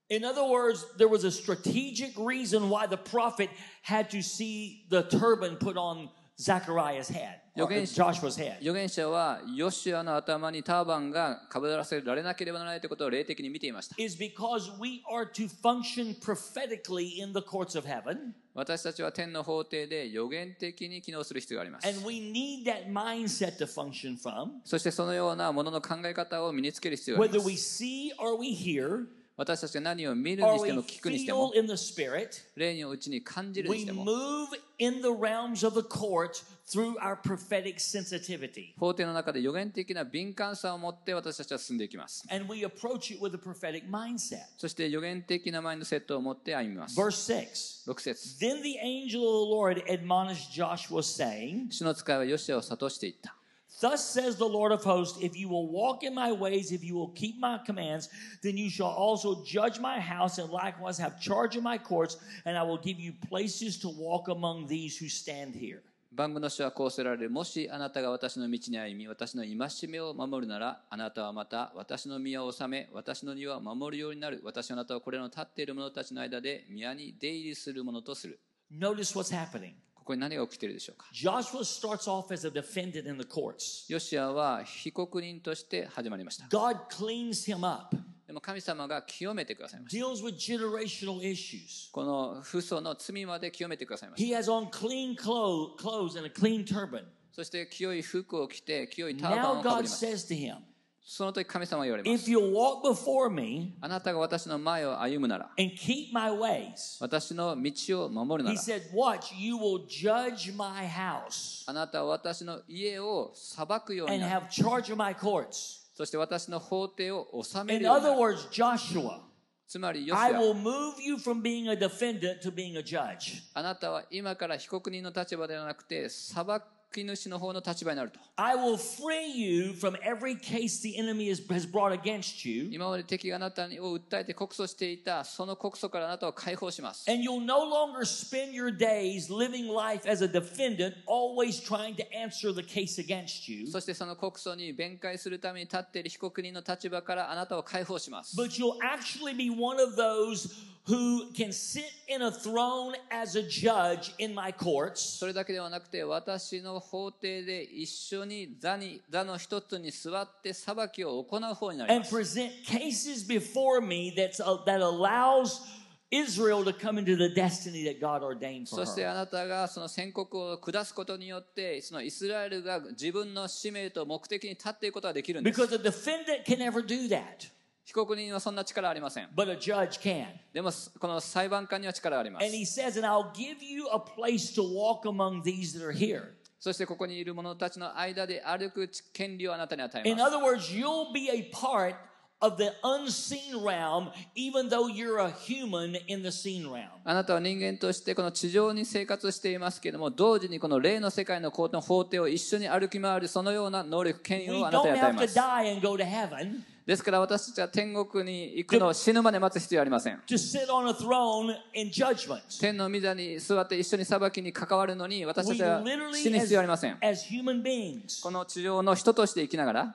Speaker 2: In other words, there was a strategic reason why the prophet had to see the turban put on Zechariah's head, or
Speaker 3: 預言者-
Speaker 2: Joshua's head.
Speaker 3: 預言者はヨシュアの頭にターバンがかぶらせられなければならないということを霊的に見ていました
Speaker 2: Is because we are to function prophetically in the courts of heaven,
Speaker 3: 私たちは天の法廷で予言的に機能する必要があります
Speaker 2: and we need that mindset to function from.
Speaker 3: そしてそのようなものの考え方を身につける必要があり
Speaker 2: Whether
Speaker 3: ま
Speaker 2: we
Speaker 3: す
Speaker 2: see or we hear,
Speaker 3: 私たちが何を見るに
Speaker 2: or
Speaker 3: しても
Speaker 2: we
Speaker 3: 聞くにしても
Speaker 2: feel in the spirit,
Speaker 3: 霊のうちに感じるに
Speaker 2: we
Speaker 3: しても
Speaker 2: move in the realms of the court through our prophetic sensitivity.
Speaker 3: 法廷の中で予言的な敏感さを持って私たちは進んでいきます
Speaker 2: And we approach it with a prophetic mindset.
Speaker 3: そして予言的なマインドセットを持って歩みます
Speaker 2: Verse 6.
Speaker 3: 6節
Speaker 2: Then the angel of the Lord admonished Joshua, saying,
Speaker 3: 主の使いはヨシアを諭していった。
Speaker 2: Thus says the Lord of hosts, if you will walk in my ways, if you will keep my commands, then you shall also judge my house and likewise have charge of my courts, and I will give you places to walk among these who stand here.
Speaker 3: 番組の主はこうせられる。もしあなたが私の道に歩み、私の戒めを守るなら、あなたはまた私の宮を治め、私の庭を守るようになる。私はあなたはこれらの立っている者たちの間で宮に出入りする者とする。
Speaker 2: Notice what's happening.
Speaker 3: ここに何が起きているでしょうか
Speaker 2: Joshua starts off as a defendant in the courts.
Speaker 3: ヨシアは被告人として始まりました。
Speaker 2: God cleans him up,
Speaker 3: でも神様が清めてくださいました。
Speaker 2: deals with generational issues.
Speaker 3: この父祖の罪まで清めてくださいました。
Speaker 2: He has on clean clo- clothes and a clean turban.
Speaker 3: そして清い服を着て、清いターバン
Speaker 2: Now
Speaker 3: をかぶ
Speaker 2: God
Speaker 3: りました。
Speaker 2: says to him,
Speaker 3: その時神様は言われます
Speaker 2: If。you'll walk before me
Speaker 3: あなたが私の前を歩むなら、
Speaker 2: and keep my ways,
Speaker 3: 私の道を守るな
Speaker 2: he
Speaker 3: ら、
Speaker 2: said, Watch, you will judge my house
Speaker 3: あなたは私の家を裁くように
Speaker 2: and
Speaker 3: なる。
Speaker 2: have charge of my courts.
Speaker 3: そして私の法廷を治める
Speaker 2: In
Speaker 3: ようにな
Speaker 2: other
Speaker 3: る。
Speaker 2: words, Joshua,
Speaker 3: つまり、ヨシ
Speaker 2: I
Speaker 3: ア、
Speaker 2: will move you from being a defendant to being a judge.
Speaker 3: あなたは今から被告人の立場ではなくて、裁き主の方の立場になると。
Speaker 2: I will free you from every case the enemy has, has brought against you,
Speaker 3: 今まで敵があなたを訴えて告訴していた、その告訴からあなたを解放します。
Speaker 2: and you'll no longer spend your days living life as a defendant, always trying to answer the case against you.
Speaker 3: そしてその告訴に弁解するために立っている被告人の立場からあなたを解放します。
Speaker 2: but you'll actually be one of those who can sit in a throne as a judge in my courts
Speaker 3: それだけではなくて私の法廷で一緒に座に座の一つに座って裁きを行う方になりま
Speaker 2: and
Speaker 3: す
Speaker 2: present cases before me that's that allows Israel to come into the destiny that God ordained
Speaker 3: そ
Speaker 2: for
Speaker 3: して
Speaker 2: her.
Speaker 3: あなたがその宣告を下すことによってそのイスラエルが自分の使命と目的に立っていくことができるんです
Speaker 2: Because a defendant can never do that,
Speaker 3: 被告人はそんな力ありません
Speaker 2: but a judge can.
Speaker 3: でもこの裁判官には力があります
Speaker 2: And he says, and I'll give you a place to walk among these that are here.
Speaker 3: そしてここにいる者たちの間で歩く権利をあなたに与え
Speaker 2: In
Speaker 3: ます
Speaker 2: other words, you'll be a part of the unseen realm, even though you're a human in the seen realm.
Speaker 3: あなたは人間としてこの地上に生活していますけれども同時にこの霊の世界の法法廷を一緒に歩き回るそのような能力権威
Speaker 2: We
Speaker 3: をあなた
Speaker 2: don't
Speaker 3: に与え
Speaker 2: have
Speaker 3: ま
Speaker 2: to
Speaker 3: す
Speaker 2: die and go to heaven
Speaker 3: ですから私たちは天国に行くのを死ぬまで待つ必要はありません
Speaker 2: to sit on a throne in judgment.
Speaker 3: 天の御座に座って一緒に裁きに関わるのに私
Speaker 2: We
Speaker 3: たちは
Speaker 2: literally,
Speaker 3: 死ぬ必要はありません
Speaker 2: as, as human beings,
Speaker 3: この地上の人として生きながら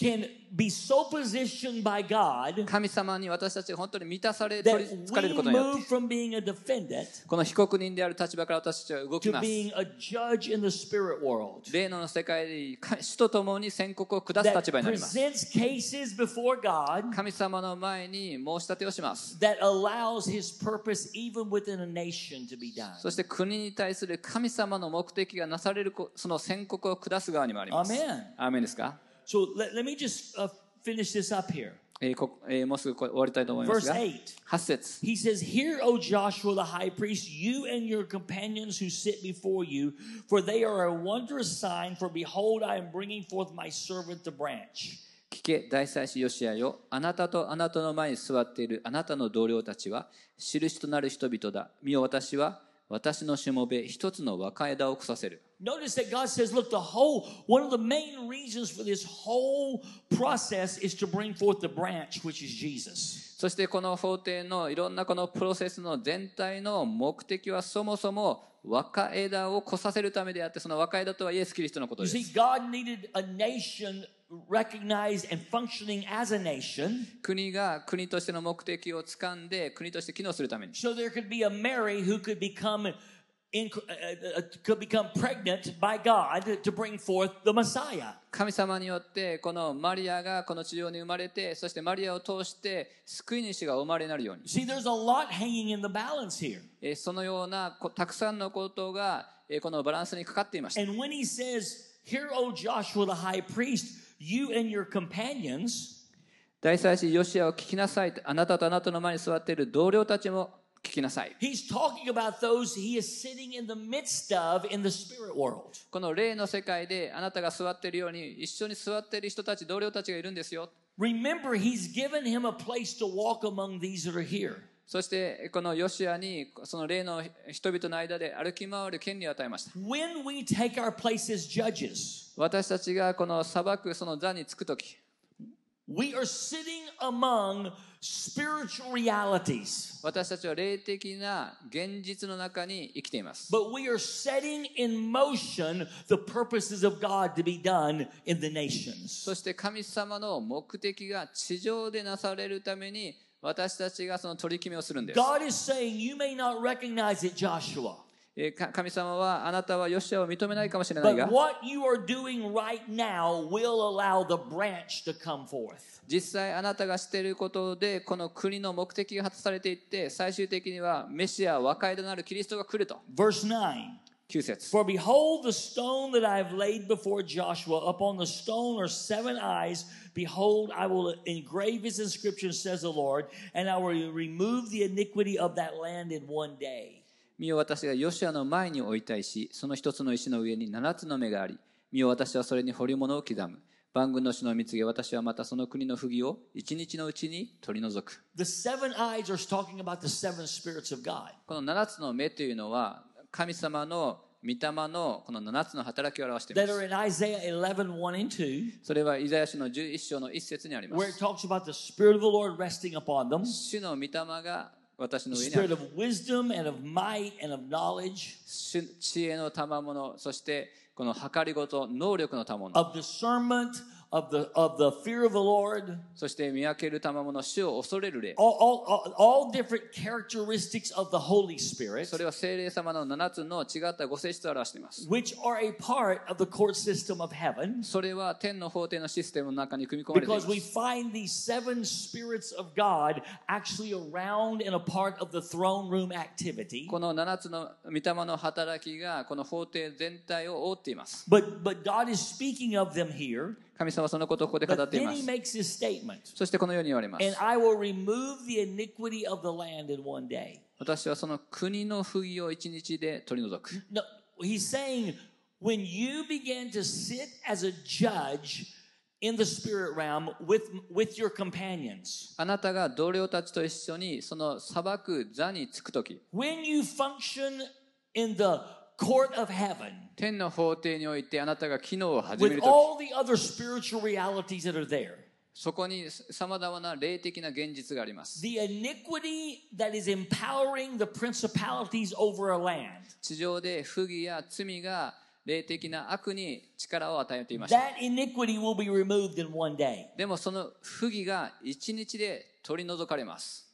Speaker 2: can be so positioned by God
Speaker 3: 神様に私たち本当に満たされ取り
Speaker 2: that
Speaker 3: つかれるこ
Speaker 2: we
Speaker 3: とによっ
Speaker 2: move
Speaker 3: て
Speaker 2: from being a defendant
Speaker 3: この被告人である立場から私たちは動き
Speaker 2: to
Speaker 3: ます
Speaker 2: being a judge in the spirit world
Speaker 3: 霊の世界で主と共に宣告を下す
Speaker 2: that
Speaker 3: 立場になります
Speaker 2: presents cases before God
Speaker 3: 神様の前に申し立てをします
Speaker 2: that allows His purpose even within a nation to be done.
Speaker 3: そして国に対する神様の目的がなされるこその宣告を下す側にもあります。
Speaker 2: アーメン
Speaker 3: アーメンですか、
Speaker 2: So let, let me just uh, finish this up here.
Speaker 3: えーこえーもうすぐこれ終わりたいと思います
Speaker 2: Verse
Speaker 3: が、
Speaker 2: 8.
Speaker 3: 8節
Speaker 2: He says, Hear, O Joshua the high priest, you and your companions who sit before you, for they are a wondrous sign, for behold, I am bringing forth my servant the branch.
Speaker 3: 聞け、大祭司ヨシアよ、あなたとあなたの前に座っているあなたの同僚たちは、印となる人々だ。見よ、私は、私のしもべ、一つの若枝を腐せる。
Speaker 2: Notice that God says, Look, the whole, one of the main reasons for this whole process is to bring forth the branch, which is Jesus.
Speaker 3: そしてこの法廷のいろんなこのプロセスの全体の目的はそもそも若枝を越させるためであって、その若枝とはイエス・キリストのことで
Speaker 2: You
Speaker 3: す
Speaker 2: see,。God needed a nation recognized and functioning as a nation
Speaker 3: 国が国としての目的を掴んで国として機能するために
Speaker 2: so there could be a Mary who could become in, uh, uh, could become pregnant by God to bring forth the Messiah.
Speaker 3: 神様によってこのマリアがこの地上に生まれてそしてマリアを通して救い主が生まれになるように
Speaker 2: See, there's a lot hanging in the balance here.
Speaker 3: えーそのようなこたくさんのことがえーこのバランスにかかっていました
Speaker 2: And when he says, Hear, O Joshua the high priest, you and your companions,
Speaker 3: 大祭司ヨシアを聞きなさいあなたとあなたの前に座っている同僚たちも聞きなさい
Speaker 2: he's talking about those he is sitting in the midst of in the spirit world.
Speaker 3: この霊の世界であなたが座っているように一緒に座っている人たち同僚たちがいるんですよ
Speaker 2: Remember, he's given him a place to walk among these that are here.
Speaker 3: そしてこのヨシアにその霊の人々の間で歩き回る権利を与えました
Speaker 2: When we take our place as judges,
Speaker 3: 私たちがこの裁くその座につく時
Speaker 2: we are sitting among spiritual realities,
Speaker 3: 私たちは霊的な現実の中に生きています。
Speaker 2: but we are setting in motion the purposes of God to be done in the
Speaker 3: そ
Speaker 2: nations.
Speaker 3: して神様の目的が地上でなされるために私たちがその取り決めをするんです。
Speaker 2: God is saying, You may not recognize it, Joshua,
Speaker 3: えーか神様はあなたはヨシアを認めないかもしれない
Speaker 2: but
Speaker 3: が
Speaker 2: what you are doing right now will allow the branch to come forth.
Speaker 3: 実際あなたがしていることでこの国の目的が果たされていって最終的にはメシア和解となるキリストが来ると
Speaker 2: Verse 9.
Speaker 3: 9節
Speaker 2: For behold, the stone that I have laid before Joshua, upon the stone are seven eyes. Behold, I will engrave his inscription, says the Lord, and I will remove the iniquity of that land in one day.
Speaker 3: 身を私がヨシアの前に置いた石、その一つの石の上に七つの目があり、身を私はそれに彫り物を刻む。万軍の主の見告げ、私はまたその国の不義を一日のうちに取り除く。
Speaker 2: The seven eyes are talking about the seven spirits of God.
Speaker 3: この七つの目というのは、神様の御霊のこの七つの働きを表してい
Speaker 2: That
Speaker 3: ま
Speaker 2: are
Speaker 3: す。
Speaker 2: in Isaiah 11, 1 and 2,
Speaker 3: それはイザヤ書の11章の一節にありま
Speaker 2: where it
Speaker 3: す。
Speaker 2: talks about the Spirit of the Lord resting upon them,
Speaker 3: 主の御霊が私
Speaker 2: the
Speaker 3: の上にあ
Speaker 2: Spirit
Speaker 3: る。
Speaker 2: of wisdom and of might and of knowledge,
Speaker 3: 主知恵の賜物、そしてこの計りごと、能力の賜物、
Speaker 2: of discernment, of the, of the fear of the Lord.
Speaker 3: そして見分ける賜物、主を恐れる霊。
Speaker 2: all, all, all, all different characteristics of the Holy Spirit,
Speaker 3: それは聖霊様の7つの違ったご性質を表しています。
Speaker 2: which are a part of the court system of heaven,
Speaker 3: それは天の法廷のシステムの中に組み込まれてい
Speaker 2: because
Speaker 3: ます
Speaker 2: we。find these seven spirits of God actually around and a part of the throne room activity.
Speaker 3: この7つの御霊の働きがこの法廷全体を覆っています。
Speaker 2: But, but God is speaking of them here,
Speaker 3: 神様はそのことをここで語っ
Speaker 2: but
Speaker 3: てい
Speaker 2: then
Speaker 3: ま
Speaker 2: he
Speaker 3: す。
Speaker 2: makes his statement.
Speaker 3: そしてこのように言われます
Speaker 2: And。I will remove the iniquity of the land in one day.
Speaker 3: 私はその国の不義を一日で取り除く。
Speaker 2: No, he's saying when you begin to sit as a judge in the spirit realm with with your companions,
Speaker 3: あなたが同僚たちと一緒にその裁く座につくとき、
Speaker 2: when you function in the court of heaven
Speaker 3: 天の法廷においてあなたが機能を始め
Speaker 2: with
Speaker 3: ると
Speaker 2: all the other spiritual realities that are there,
Speaker 3: き、そこに様々な霊的な現実があります。
Speaker 2: the iniquity that is empowering the principalities over a land,
Speaker 3: 地上で不義や罪が霊的な悪に力を与えていました。
Speaker 2: that iniquity will be removed in one day.
Speaker 3: でもその不義が一日で取り除かれます。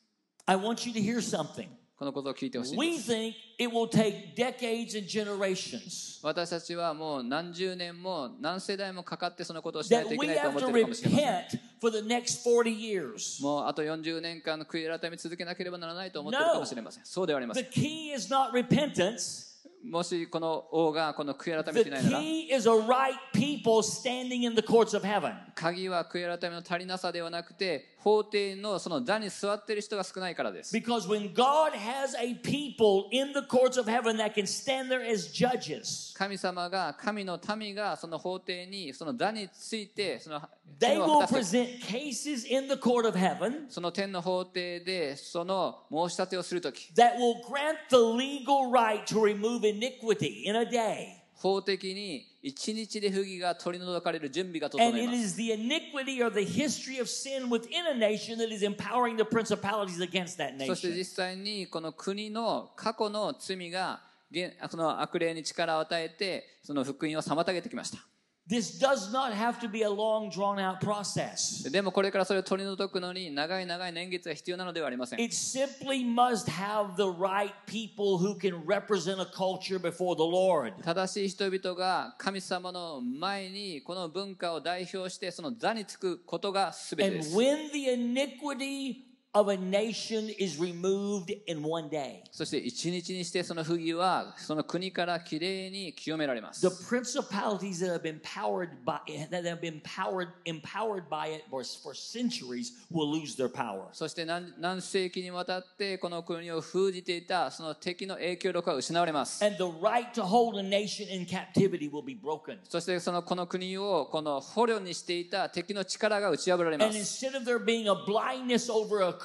Speaker 2: I want you to hear something.
Speaker 3: このことを聞いてほしいん
Speaker 2: We
Speaker 3: です。
Speaker 2: think it will take decades and generations.
Speaker 3: 私たちはもう何十年も何世代もかかってそのことをしない
Speaker 2: that
Speaker 3: といけ
Speaker 2: we
Speaker 3: ないと思
Speaker 2: have
Speaker 3: ってい
Speaker 2: to
Speaker 3: るかもしれません。
Speaker 2: repent for the next 40 years.
Speaker 3: もうあと40年間の悔い改め続けなければならないと思っているかもしれません。そうではありませ
Speaker 2: The
Speaker 3: ん。
Speaker 2: key is not repentance.
Speaker 3: もしこの王がこの悔い改め
Speaker 2: The
Speaker 3: ていないなら、
Speaker 2: key is a right people standing in the courts of heaven.
Speaker 3: 鍵は悔い改めの足りなさではなくて、法廷のその座に座っている人が少ないからです。
Speaker 2: Because when God has a people in the courts of heaven that can stand there as judges,
Speaker 3: 神様が神の民がその法廷にその座についてその
Speaker 2: they
Speaker 3: 手を
Speaker 2: will
Speaker 3: 果たす
Speaker 2: present cases in the court of heaven
Speaker 3: その天の法廷でその申し立てをするとき
Speaker 2: that will grant the legal right to remove iniquity in a day.
Speaker 3: 法的に一日で不義が取り除かれる準備が整
Speaker 2: And
Speaker 3: い
Speaker 2: it
Speaker 3: ます
Speaker 2: is the iniquity or the history of sin within a nation that is empowering the principalities against that
Speaker 3: そして実
Speaker 2: nation.
Speaker 3: 際にこの国の過去の罪が現この悪霊に力を与えてその福音を妨げてきました
Speaker 2: This does not have to be a long, drawn out process.
Speaker 3: でもこれからそれを取り除くのに長い長い年月が必要なのではありません。
Speaker 2: It simply must have the right people who can represent a culture before the Lord.
Speaker 3: 正しい人々が神様の前にこの文化を代表してその座につくことが全てで
Speaker 2: And
Speaker 3: す。
Speaker 2: when the iniquity of a nation is removed in one day,
Speaker 3: そして一日にしてその不義はその国からきれいに清められます
Speaker 2: the。principalities that have been powered by that have been powered empowered by it for, for centuries will lose their power.
Speaker 3: そして何何世紀にわたってこの国を封じていたその敵の影響力は失われます。
Speaker 2: And the right to hold a nation in captivity will be broken.
Speaker 3: そしてそのこの国をこの捕虜にしていた敵の力が打ち破られま
Speaker 2: And
Speaker 3: す。
Speaker 2: instead of there being a blindness over a culture,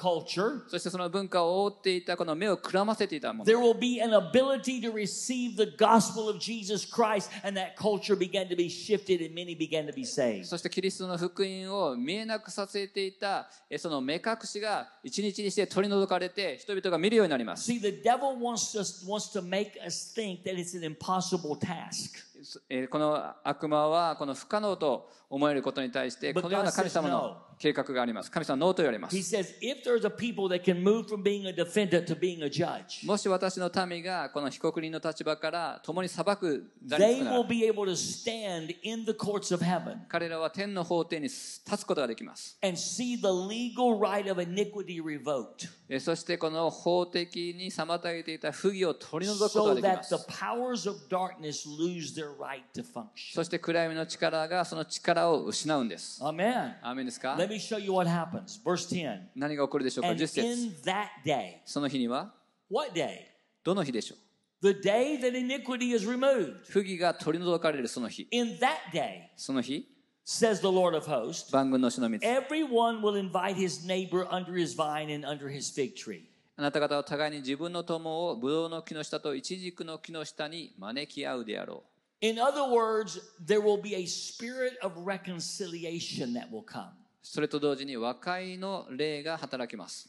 Speaker 3: そしてその文化を覆っていたこの目をくらませていたもの
Speaker 2: there will be an ability to receive the gospel of Jesus Christ, and that culture began to be shifted, and many began to be saved.
Speaker 3: そしてキリストの福音を見えなくさせていたえその目隠しが一日にして取り除かれて人々が見るようになります
Speaker 2: See, the devil wants us wants to make us think that it's an impossible task.
Speaker 3: えこの悪魔はこの不可能と思えることに対して
Speaker 2: But
Speaker 3: このような
Speaker 2: God says
Speaker 3: 神様
Speaker 2: no.
Speaker 3: の計画があります神様はノーと言われま
Speaker 2: He
Speaker 3: す
Speaker 2: says, if there's a people that can move from being a defendant to being a judge,
Speaker 3: もし私の民がこの被告人の立場から共に裁く座につ
Speaker 2: they
Speaker 3: くなら
Speaker 2: will be able to stand in the courts of heaven
Speaker 3: 彼らは天の法廷に立つことができます
Speaker 2: and see the legal right of iniquity revoked
Speaker 3: えそしてこの法的に妨げていた不義を取り除く
Speaker 2: so
Speaker 3: ことができま
Speaker 2: that the
Speaker 3: す
Speaker 2: powers of darkness lose their right to function.
Speaker 3: そして暗闇の力がその力を失うんです
Speaker 2: Amen.
Speaker 3: アーメンですか
Speaker 2: Let me show you what happens. Verse 10.
Speaker 3: 何が起こるでしょうか
Speaker 2: And
Speaker 3: 10節
Speaker 2: in that day,
Speaker 3: その日には
Speaker 2: what day?
Speaker 3: どの日でしょう
Speaker 2: The day that iniquity is removed.
Speaker 3: 不義が取り除かれるその日
Speaker 2: In that day,
Speaker 3: その日
Speaker 2: says the Lord of hosts,
Speaker 3: 万軍の主の御子
Speaker 2: everyone will invite his neighbor under his vine and under his fig tree.
Speaker 3: あなた方は互いに自分の友をブドウの木の下とイチジクの木の下に招き合うであろ
Speaker 2: In other words, there will be a spirit of reconciliation that will come.
Speaker 3: うそれと同時に和解の霊が働きます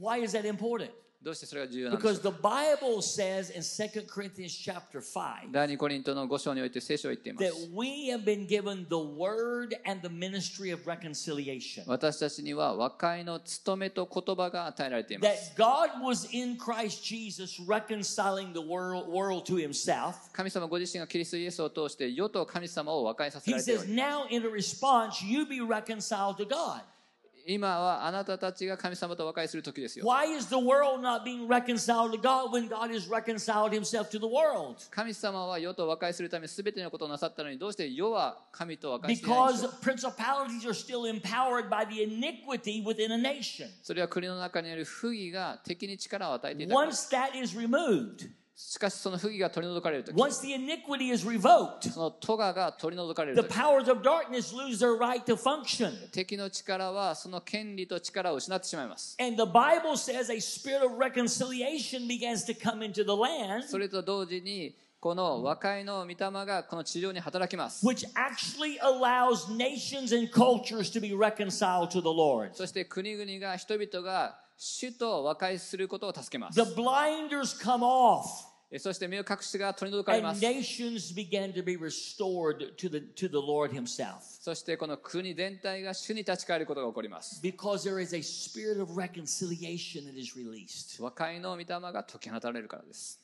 Speaker 2: Why is that important?
Speaker 3: どうしてそれが重要なんでし
Speaker 2: Because
Speaker 3: ょうか
Speaker 2: the Bible says in 2 Corinthians chapter 5
Speaker 3: 第二コリントの5章において聖書を言っていま
Speaker 2: that
Speaker 3: す
Speaker 2: we have been given the word and the ministry of reconciliation.
Speaker 3: 私たちには和解の務めと言葉が与えられています
Speaker 2: That God was in Christ Jesus reconciling the world, world to himself.
Speaker 3: 神様ご自身がキリストイエスを通して世と神様を和解させら
Speaker 2: He
Speaker 3: れてお
Speaker 2: says,
Speaker 3: り
Speaker 2: now in a response, you be reconciled to God.
Speaker 3: 今はあなたたちが神様と和解する時ですよ
Speaker 2: Why is the world not being reconciled to God when God has reconciled himself to the world?
Speaker 3: 神様は世と和解するため全てのことをなさったのにどうして世は神と和解していないんでし
Speaker 2: Because
Speaker 3: ょう
Speaker 2: principalities are still empowered by the iniquity within a nation.
Speaker 3: それは国の中にある不義が敵に力を与えていたから
Speaker 2: Once that is removed,
Speaker 3: しかしその不義が取り除かれるとき
Speaker 2: once the iniquity is revoked,
Speaker 3: その咎が取り除かれる
Speaker 2: the
Speaker 3: とき
Speaker 2: powers of darkness lose their right to function.
Speaker 3: 敵の力はその権利と力を失ってしまいます
Speaker 2: And the Bible says a spirit of reconciliation begins to come into the land,
Speaker 3: それと同時にこの和解の御霊がこの地上に働きます
Speaker 2: which actually allows nations and cultures to be reconciled to the Lord.
Speaker 3: そして国々が人々が主と和解することを助けます
Speaker 2: The blinders come off.
Speaker 3: えそして目隠しが取り除かれま
Speaker 2: and
Speaker 3: す
Speaker 2: nations began to be restored to the to the Lord Himself
Speaker 3: そしてこの国全体が主に立ち返ることが起こります
Speaker 2: because there is a spirit of reconciliation that is released.
Speaker 3: 和解の御霊が解き放たれるからです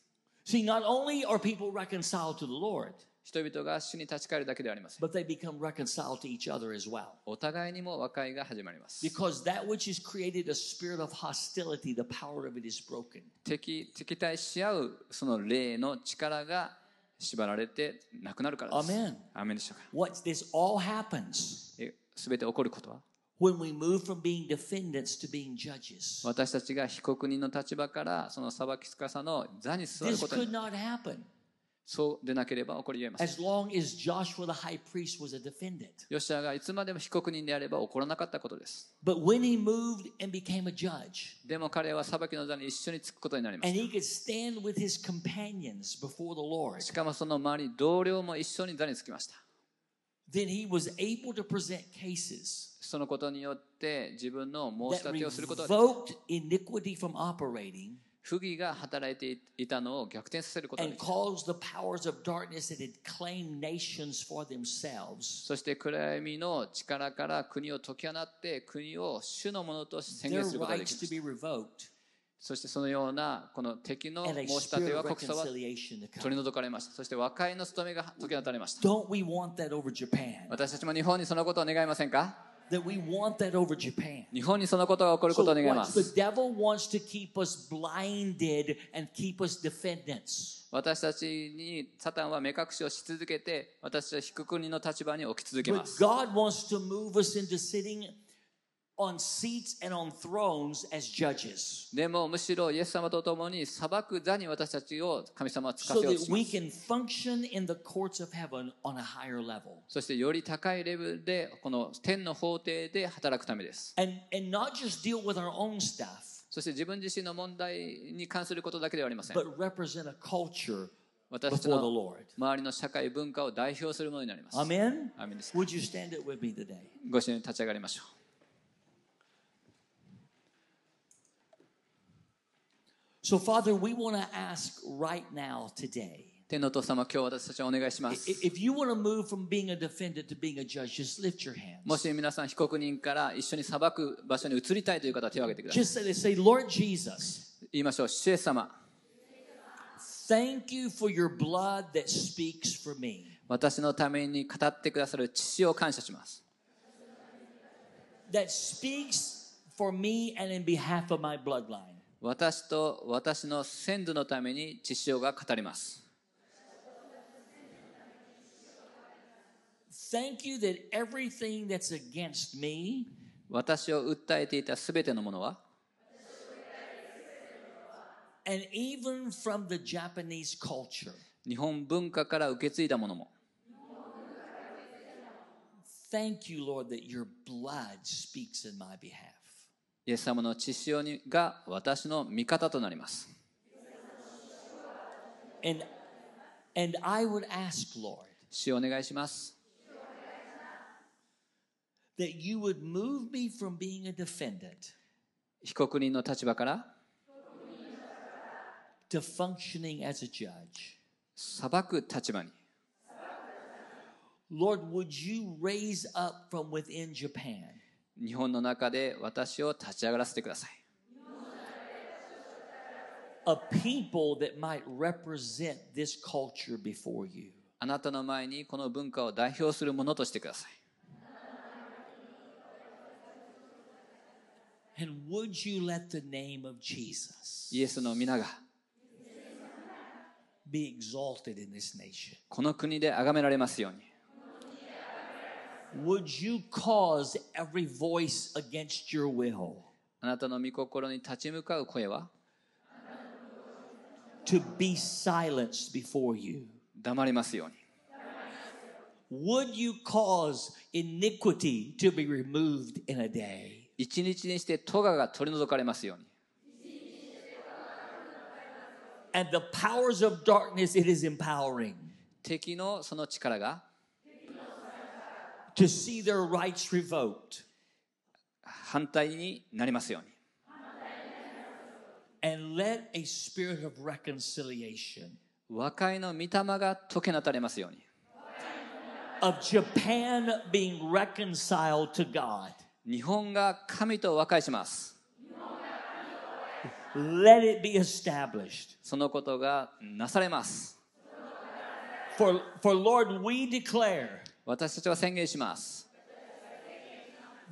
Speaker 2: See, not only are people reconciled to the Lord,
Speaker 3: 人々が主に立ち返るだけではありません
Speaker 2: but they become reconciled to each other as well.
Speaker 3: お互いにも和解が始まります
Speaker 2: Because that which has created a spirit of hostility, the power of it is broken.
Speaker 3: 敵敵対し合うその霊の力が縛られてなくなるからです
Speaker 2: Amen.
Speaker 3: アーメンでしょうか
Speaker 2: What this all happens
Speaker 3: え全て起こることは
Speaker 2: when we move from being defendants to being judges.
Speaker 3: 私たちが被告人の立場からその裁き司の座に座る
Speaker 2: This
Speaker 3: ことに
Speaker 2: could not happen
Speaker 3: そうでなければ起こり得ません
Speaker 2: as long as Joshua the high priest was a defendant.
Speaker 3: ヨシアがいつまでも被告人であれば起こらなかったことです
Speaker 2: But when he moved and became a judge,
Speaker 3: でも彼は裁きの座に一緒につくことになりま
Speaker 2: and
Speaker 3: し
Speaker 2: he could stand with his companions before the Lord,
Speaker 3: たしかもその周り同僚も一緒に座につきました
Speaker 2: then he was able to present cases
Speaker 3: そのことによって自分の申し
Speaker 2: that
Speaker 3: 立てをすることができた
Speaker 2: revoked iniquity from operating
Speaker 3: 不義が働いていたのを逆転させることがで
Speaker 2: and
Speaker 3: きた
Speaker 2: caused the powers of darkness that had claimed nations for themselves.
Speaker 3: そして暗闇の力から国を解き放って国を主のものと宣
Speaker 2: Their
Speaker 3: 言することができ
Speaker 2: rights
Speaker 3: ま
Speaker 2: to
Speaker 3: した
Speaker 2: be revoked
Speaker 3: そしてそのようなこの敵の
Speaker 2: and
Speaker 3: 申
Speaker 2: a
Speaker 3: し立て
Speaker 2: spirit
Speaker 3: は
Speaker 2: of
Speaker 3: 国差は
Speaker 2: reconciliation to
Speaker 3: 取
Speaker 2: come.
Speaker 3: り除かれましたそして和解の務めが解き放たれました
Speaker 2: Don't we want that over Japan?
Speaker 3: 私たちも日本にそのことを願いませんか
Speaker 2: That we want that over Japan.
Speaker 3: 日本にそのことが起こるこ
Speaker 2: So
Speaker 3: とを願いま
Speaker 2: what the
Speaker 3: す
Speaker 2: devil wants to keep us blinded and keep us defendants.
Speaker 3: 私たちにサタンは目隠しをし続けて私は低国の立場に置き続けま
Speaker 2: But
Speaker 3: す
Speaker 2: God wants to move us into sitting on seats and on thrones as judges.
Speaker 3: でもむしろイエス様と共に裁く座に私たちを神様は使
Speaker 2: So
Speaker 3: わせようと
Speaker 2: that
Speaker 3: しま
Speaker 2: we
Speaker 3: す
Speaker 2: can function in the courts of heaven on a higher level.
Speaker 3: そしてより高いレベルでこの天の法廷で働くためです
Speaker 2: And and not just deal with our own stuff,
Speaker 3: そして自分自身の問題に関することだけではありません
Speaker 2: but represent a culture
Speaker 3: 私たち
Speaker 2: before the
Speaker 3: の
Speaker 2: Lord.
Speaker 3: 周りの社会文化を代表するものになります
Speaker 2: Amen.
Speaker 3: アーメンです
Speaker 2: Would you stand up with me today?
Speaker 3: ご一緒に立ち上がりましょう
Speaker 2: So, Father, we want to ask right now, today.
Speaker 3: 天のお父様今日私たちはお願いしま
Speaker 2: i-
Speaker 3: す
Speaker 2: If you want to move from being a defendant to being a judge, just lift your
Speaker 3: も
Speaker 2: hands.
Speaker 3: し皆さん被告人から一緒に裁く場所に移りたいという方は手を挙げてください
Speaker 2: Just say, this, say, Lord Jesus,
Speaker 3: 言いましょう主イエス様
Speaker 2: thank you for your blood that speaks for me.
Speaker 3: 私のために語ってくださる父を感謝します。
Speaker 2: That speaks for me and in behalf of my bloodline.
Speaker 3: 私と私の先祖のために父をが語ります。
Speaker 2: Thank you that everything that's against me
Speaker 3: 私を訴えていたすべてのものは、
Speaker 2: and even from the Japanese culture.
Speaker 3: 日本文化から受け継いだものも、
Speaker 2: Thank you, Lord, that your blood speaks in my behalf.
Speaker 3: イエス様の血潮にが私の味方となります。
Speaker 2: And and I would ask, Lord,
Speaker 3: 主をお願いします。
Speaker 2: that you would move me from being a defendant
Speaker 3: 被告人の立場から
Speaker 2: to functioning as a judge.
Speaker 3: 裁く立場に。
Speaker 2: Lord, would you raise up from within Japan
Speaker 3: 日本の中で私を立ち上がらせてください。
Speaker 2: a people that might represent this culture before you?
Speaker 3: あなたの前にこの文化を代表するものとしてください。
Speaker 2: And would you let the name of Jesus
Speaker 3: イエスの皆が
Speaker 2: be exalted in this nation?
Speaker 3: この国で崇められますように。
Speaker 2: Would you cause every voice against your will
Speaker 3: あなたの御心に立ち向かう声は
Speaker 2: to be silenced before you?
Speaker 3: 黙りますように。
Speaker 2: Would you cause iniquity to be removed in a day?
Speaker 3: 一日にして咎が取り除かれますように。
Speaker 2: And the powers of darkness it is empowering
Speaker 3: 敵のその力が
Speaker 2: to see their rights revoked
Speaker 3: 反対になりますように。
Speaker 2: and let a spirit of reconciliation
Speaker 3: 和解の御霊が解けなたれますように。
Speaker 2: of Japan being reconciled to God.
Speaker 3: 日本が神と和解します。
Speaker 2: Let it be established.
Speaker 3: そのことがなされます。
Speaker 2: For, for Lord, we declare
Speaker 3: 私たちは宣言します。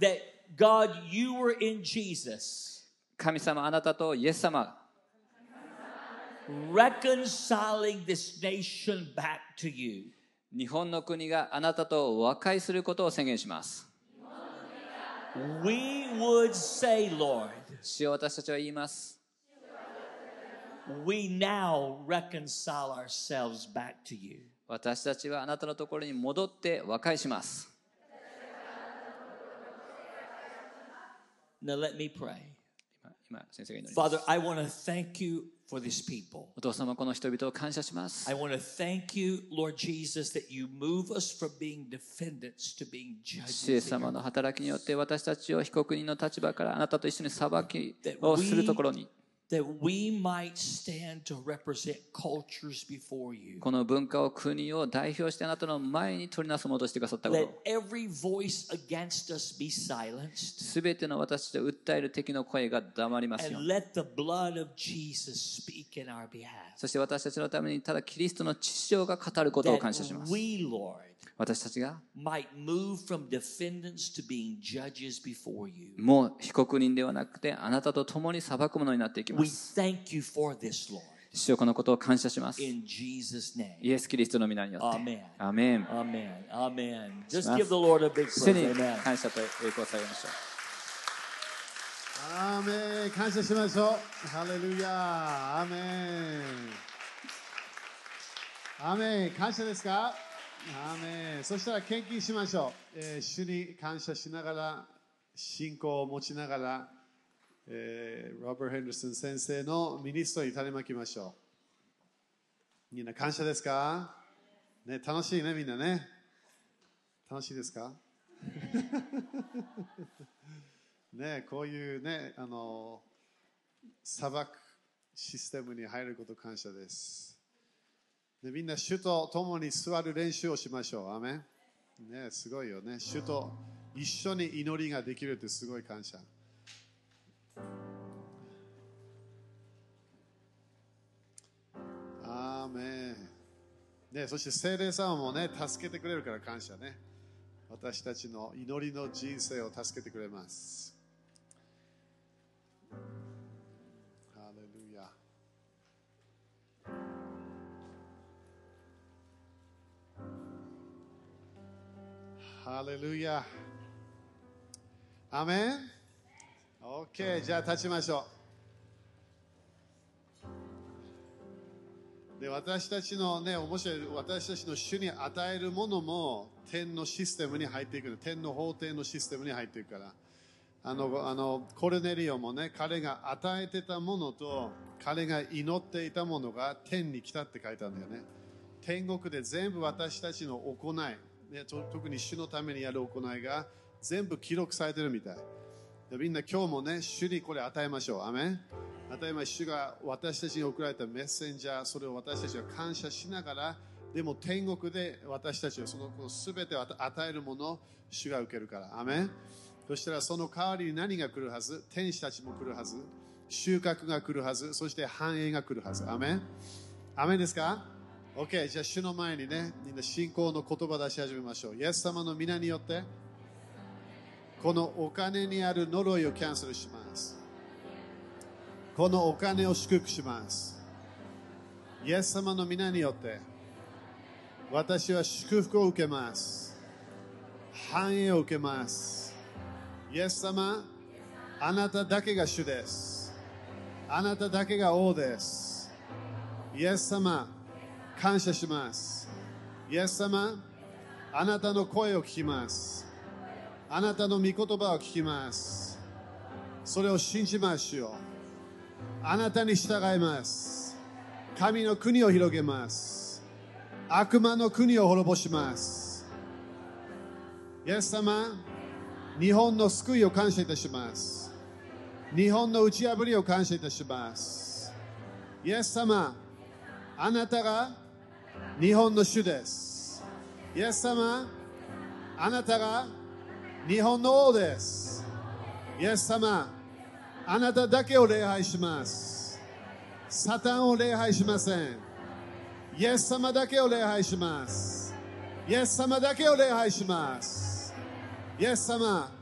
Speaker 2: that God, you were in Jesus,
Speaker 3: 神様、あなたとイエス様、
Speaker 2: reconciling this nation back to you.
Speaker 3: 日本の国があなたと和解することを宣言します。
Speaker 2: We would say, Lord,
Speaker 3: 主を私たちは言います。
Speaker 2: we now reconcile ourselves back to you.
Speaker 3: 私たちはあなたのところに戻って和解します。
Speaker 2: Now let me pray.
Speaker 3: 今今先生が祈ります
Speaker 2: Father, I want to thank you for this people.
Speaker 3: お父様この人々を感謝します
Speaker 2: I want to thank you, Lord Jesus, that you move us from being defendants to being
Speaker 3: 主イエス
Speaker 2: judges.
Speaker 3: 様の働きによって私たちを被告人の立場からあなたと一緒に裁き
Speaker 2: That
Speaker 3: をするところに
Speaker 2: that we might stand to represent cultures before you.
Speaker 3: この文化を国を代表してあなたの前に取りなすものとしてくださったこ
Speaker 2: Let
Speaker 3: と
Speaker 2: every voice against us be silenced.
Speaker 3: すべての私たちを訴える敵の声が黙りますよう
Speaker 2: And
Speaker 3: に
Speaker 2: let the blood of Jesus speak in our behalf.
Speaker 3: そして私たちのためにただキリストの父性が語ることを感謝しま
Speaker 2: That
Speaker 3: す
Speaker 2: we, Lord,
Speaker 3: 私たちが
Speaker 2: might move from defendants to being judges before you.
Speaker 3: もう被告人ではなくてあなたと共に裁くものになっていきま
Speaker 2: We
Speaker 3: す
Speaker 2: thank you for this, Lord.
Speaker 3: 主よこのことを感謝しますイ
Speaker 2: In Jesus' name.
Speaker 3: エス・キリストの皆によって
Speaker 2: Amen.
Speaker 3: アメン
Speaker 2: Amen. Amen. Just
Speaker 3: Amen.
Speaker 2: give the Lord a big
Speaker 3: 主
Speaker 2: praise.
Speaker 3: に
Speaker 2: Amen.
Speaker 3: 感謝と栄光を下げましょう
Speaker 1: アーメン感謝しましょうハレルヤアーメンアーメン感謝ですかアーメンそしたら献金しましょう、えー主に感謝しながら信仰を持ちながら、えーロバート・ヘンダーソン先生のミニストに種まきましょうみんな感謝ですか、ね、楽しいねみんなね楽しいですかね、こういうね、あの、砂漠システムに入ること感謝です。でみんな主と共に座る練習をしましょう。アーメン。ね、すごいよね。主と一緒に祈りができるってすごい感謝。アーメン。ね、そして聖霊様もね、助けてくれるから感謝ね。私たちの祈りの人生を助けてくれます。ハレルヤ。ハレルヤ。アメン ?OK、じゃあ立ちましょう。で私たちのね、面白い、私たちの主に与えるものも天のシステムに入っていくの。天の法廷のシステムに入っていくから。あのあのコルネリオもね彼が与えてたものと彼が祈っていたものが天に来たって書いてあるんだよね天国で全部私たちの行い、ね、と特に主のためにやる行いが全部記録されてるみたいでみんな今日もね主にこれ与えましょうアメン与えまし主が私たちに送られたメッセンジャーそれを私たちは感謝しながらでも天国で私たちはそのこの全てを与与えるものを主が受けるからアメンそしたらその代わりに何が来るはず天使たちも来るはず収穫が来るはずそして繁栄が来るはずアメンアメンですか ?OK じゃあ主の前にねみんな信仰の言葉出し始めましょうイエス様の皆によってこのお金にある呪いをキャンセルしますこのお金を祝福しますイエス様の皆によって私は祝福を受けます繁栄を受けますイエス様、あなただけが主です。あなただけが王です。イエス様、感謝します。イエス様、あなたの声を聞きます。あなたの御言葉を聞きます。それを信じましょう。あなたに従います。神の国を広げます。悪魔の国を滅ぼします。イエス様、日本の救いを感謝いたします。日本の打ち破りを感謝いたします。イエス様、あなたが日本の主です。イエス様、あなたが日本の王です。イエス様、あなただけを礼拝します。サタンを礼拝しません。イエス様だけを礼拝します。イエス様だけを礼拝します。イエス様、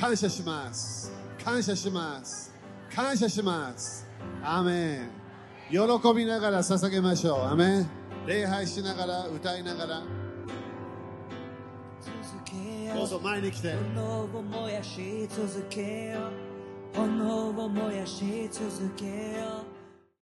Speaker 1: 感謝します。感謝します。感謝します。アーメン。喜びながら捧げましょう。アーメン。礼拝しながら、歌いながら。
Speaker 6: 続け
Speaker 1: ど
Speaker 6: よ
Speaker 1: うぞ前に来て。
Speaker 6: 炎を燃やし続けよ炎を燃やし続けよ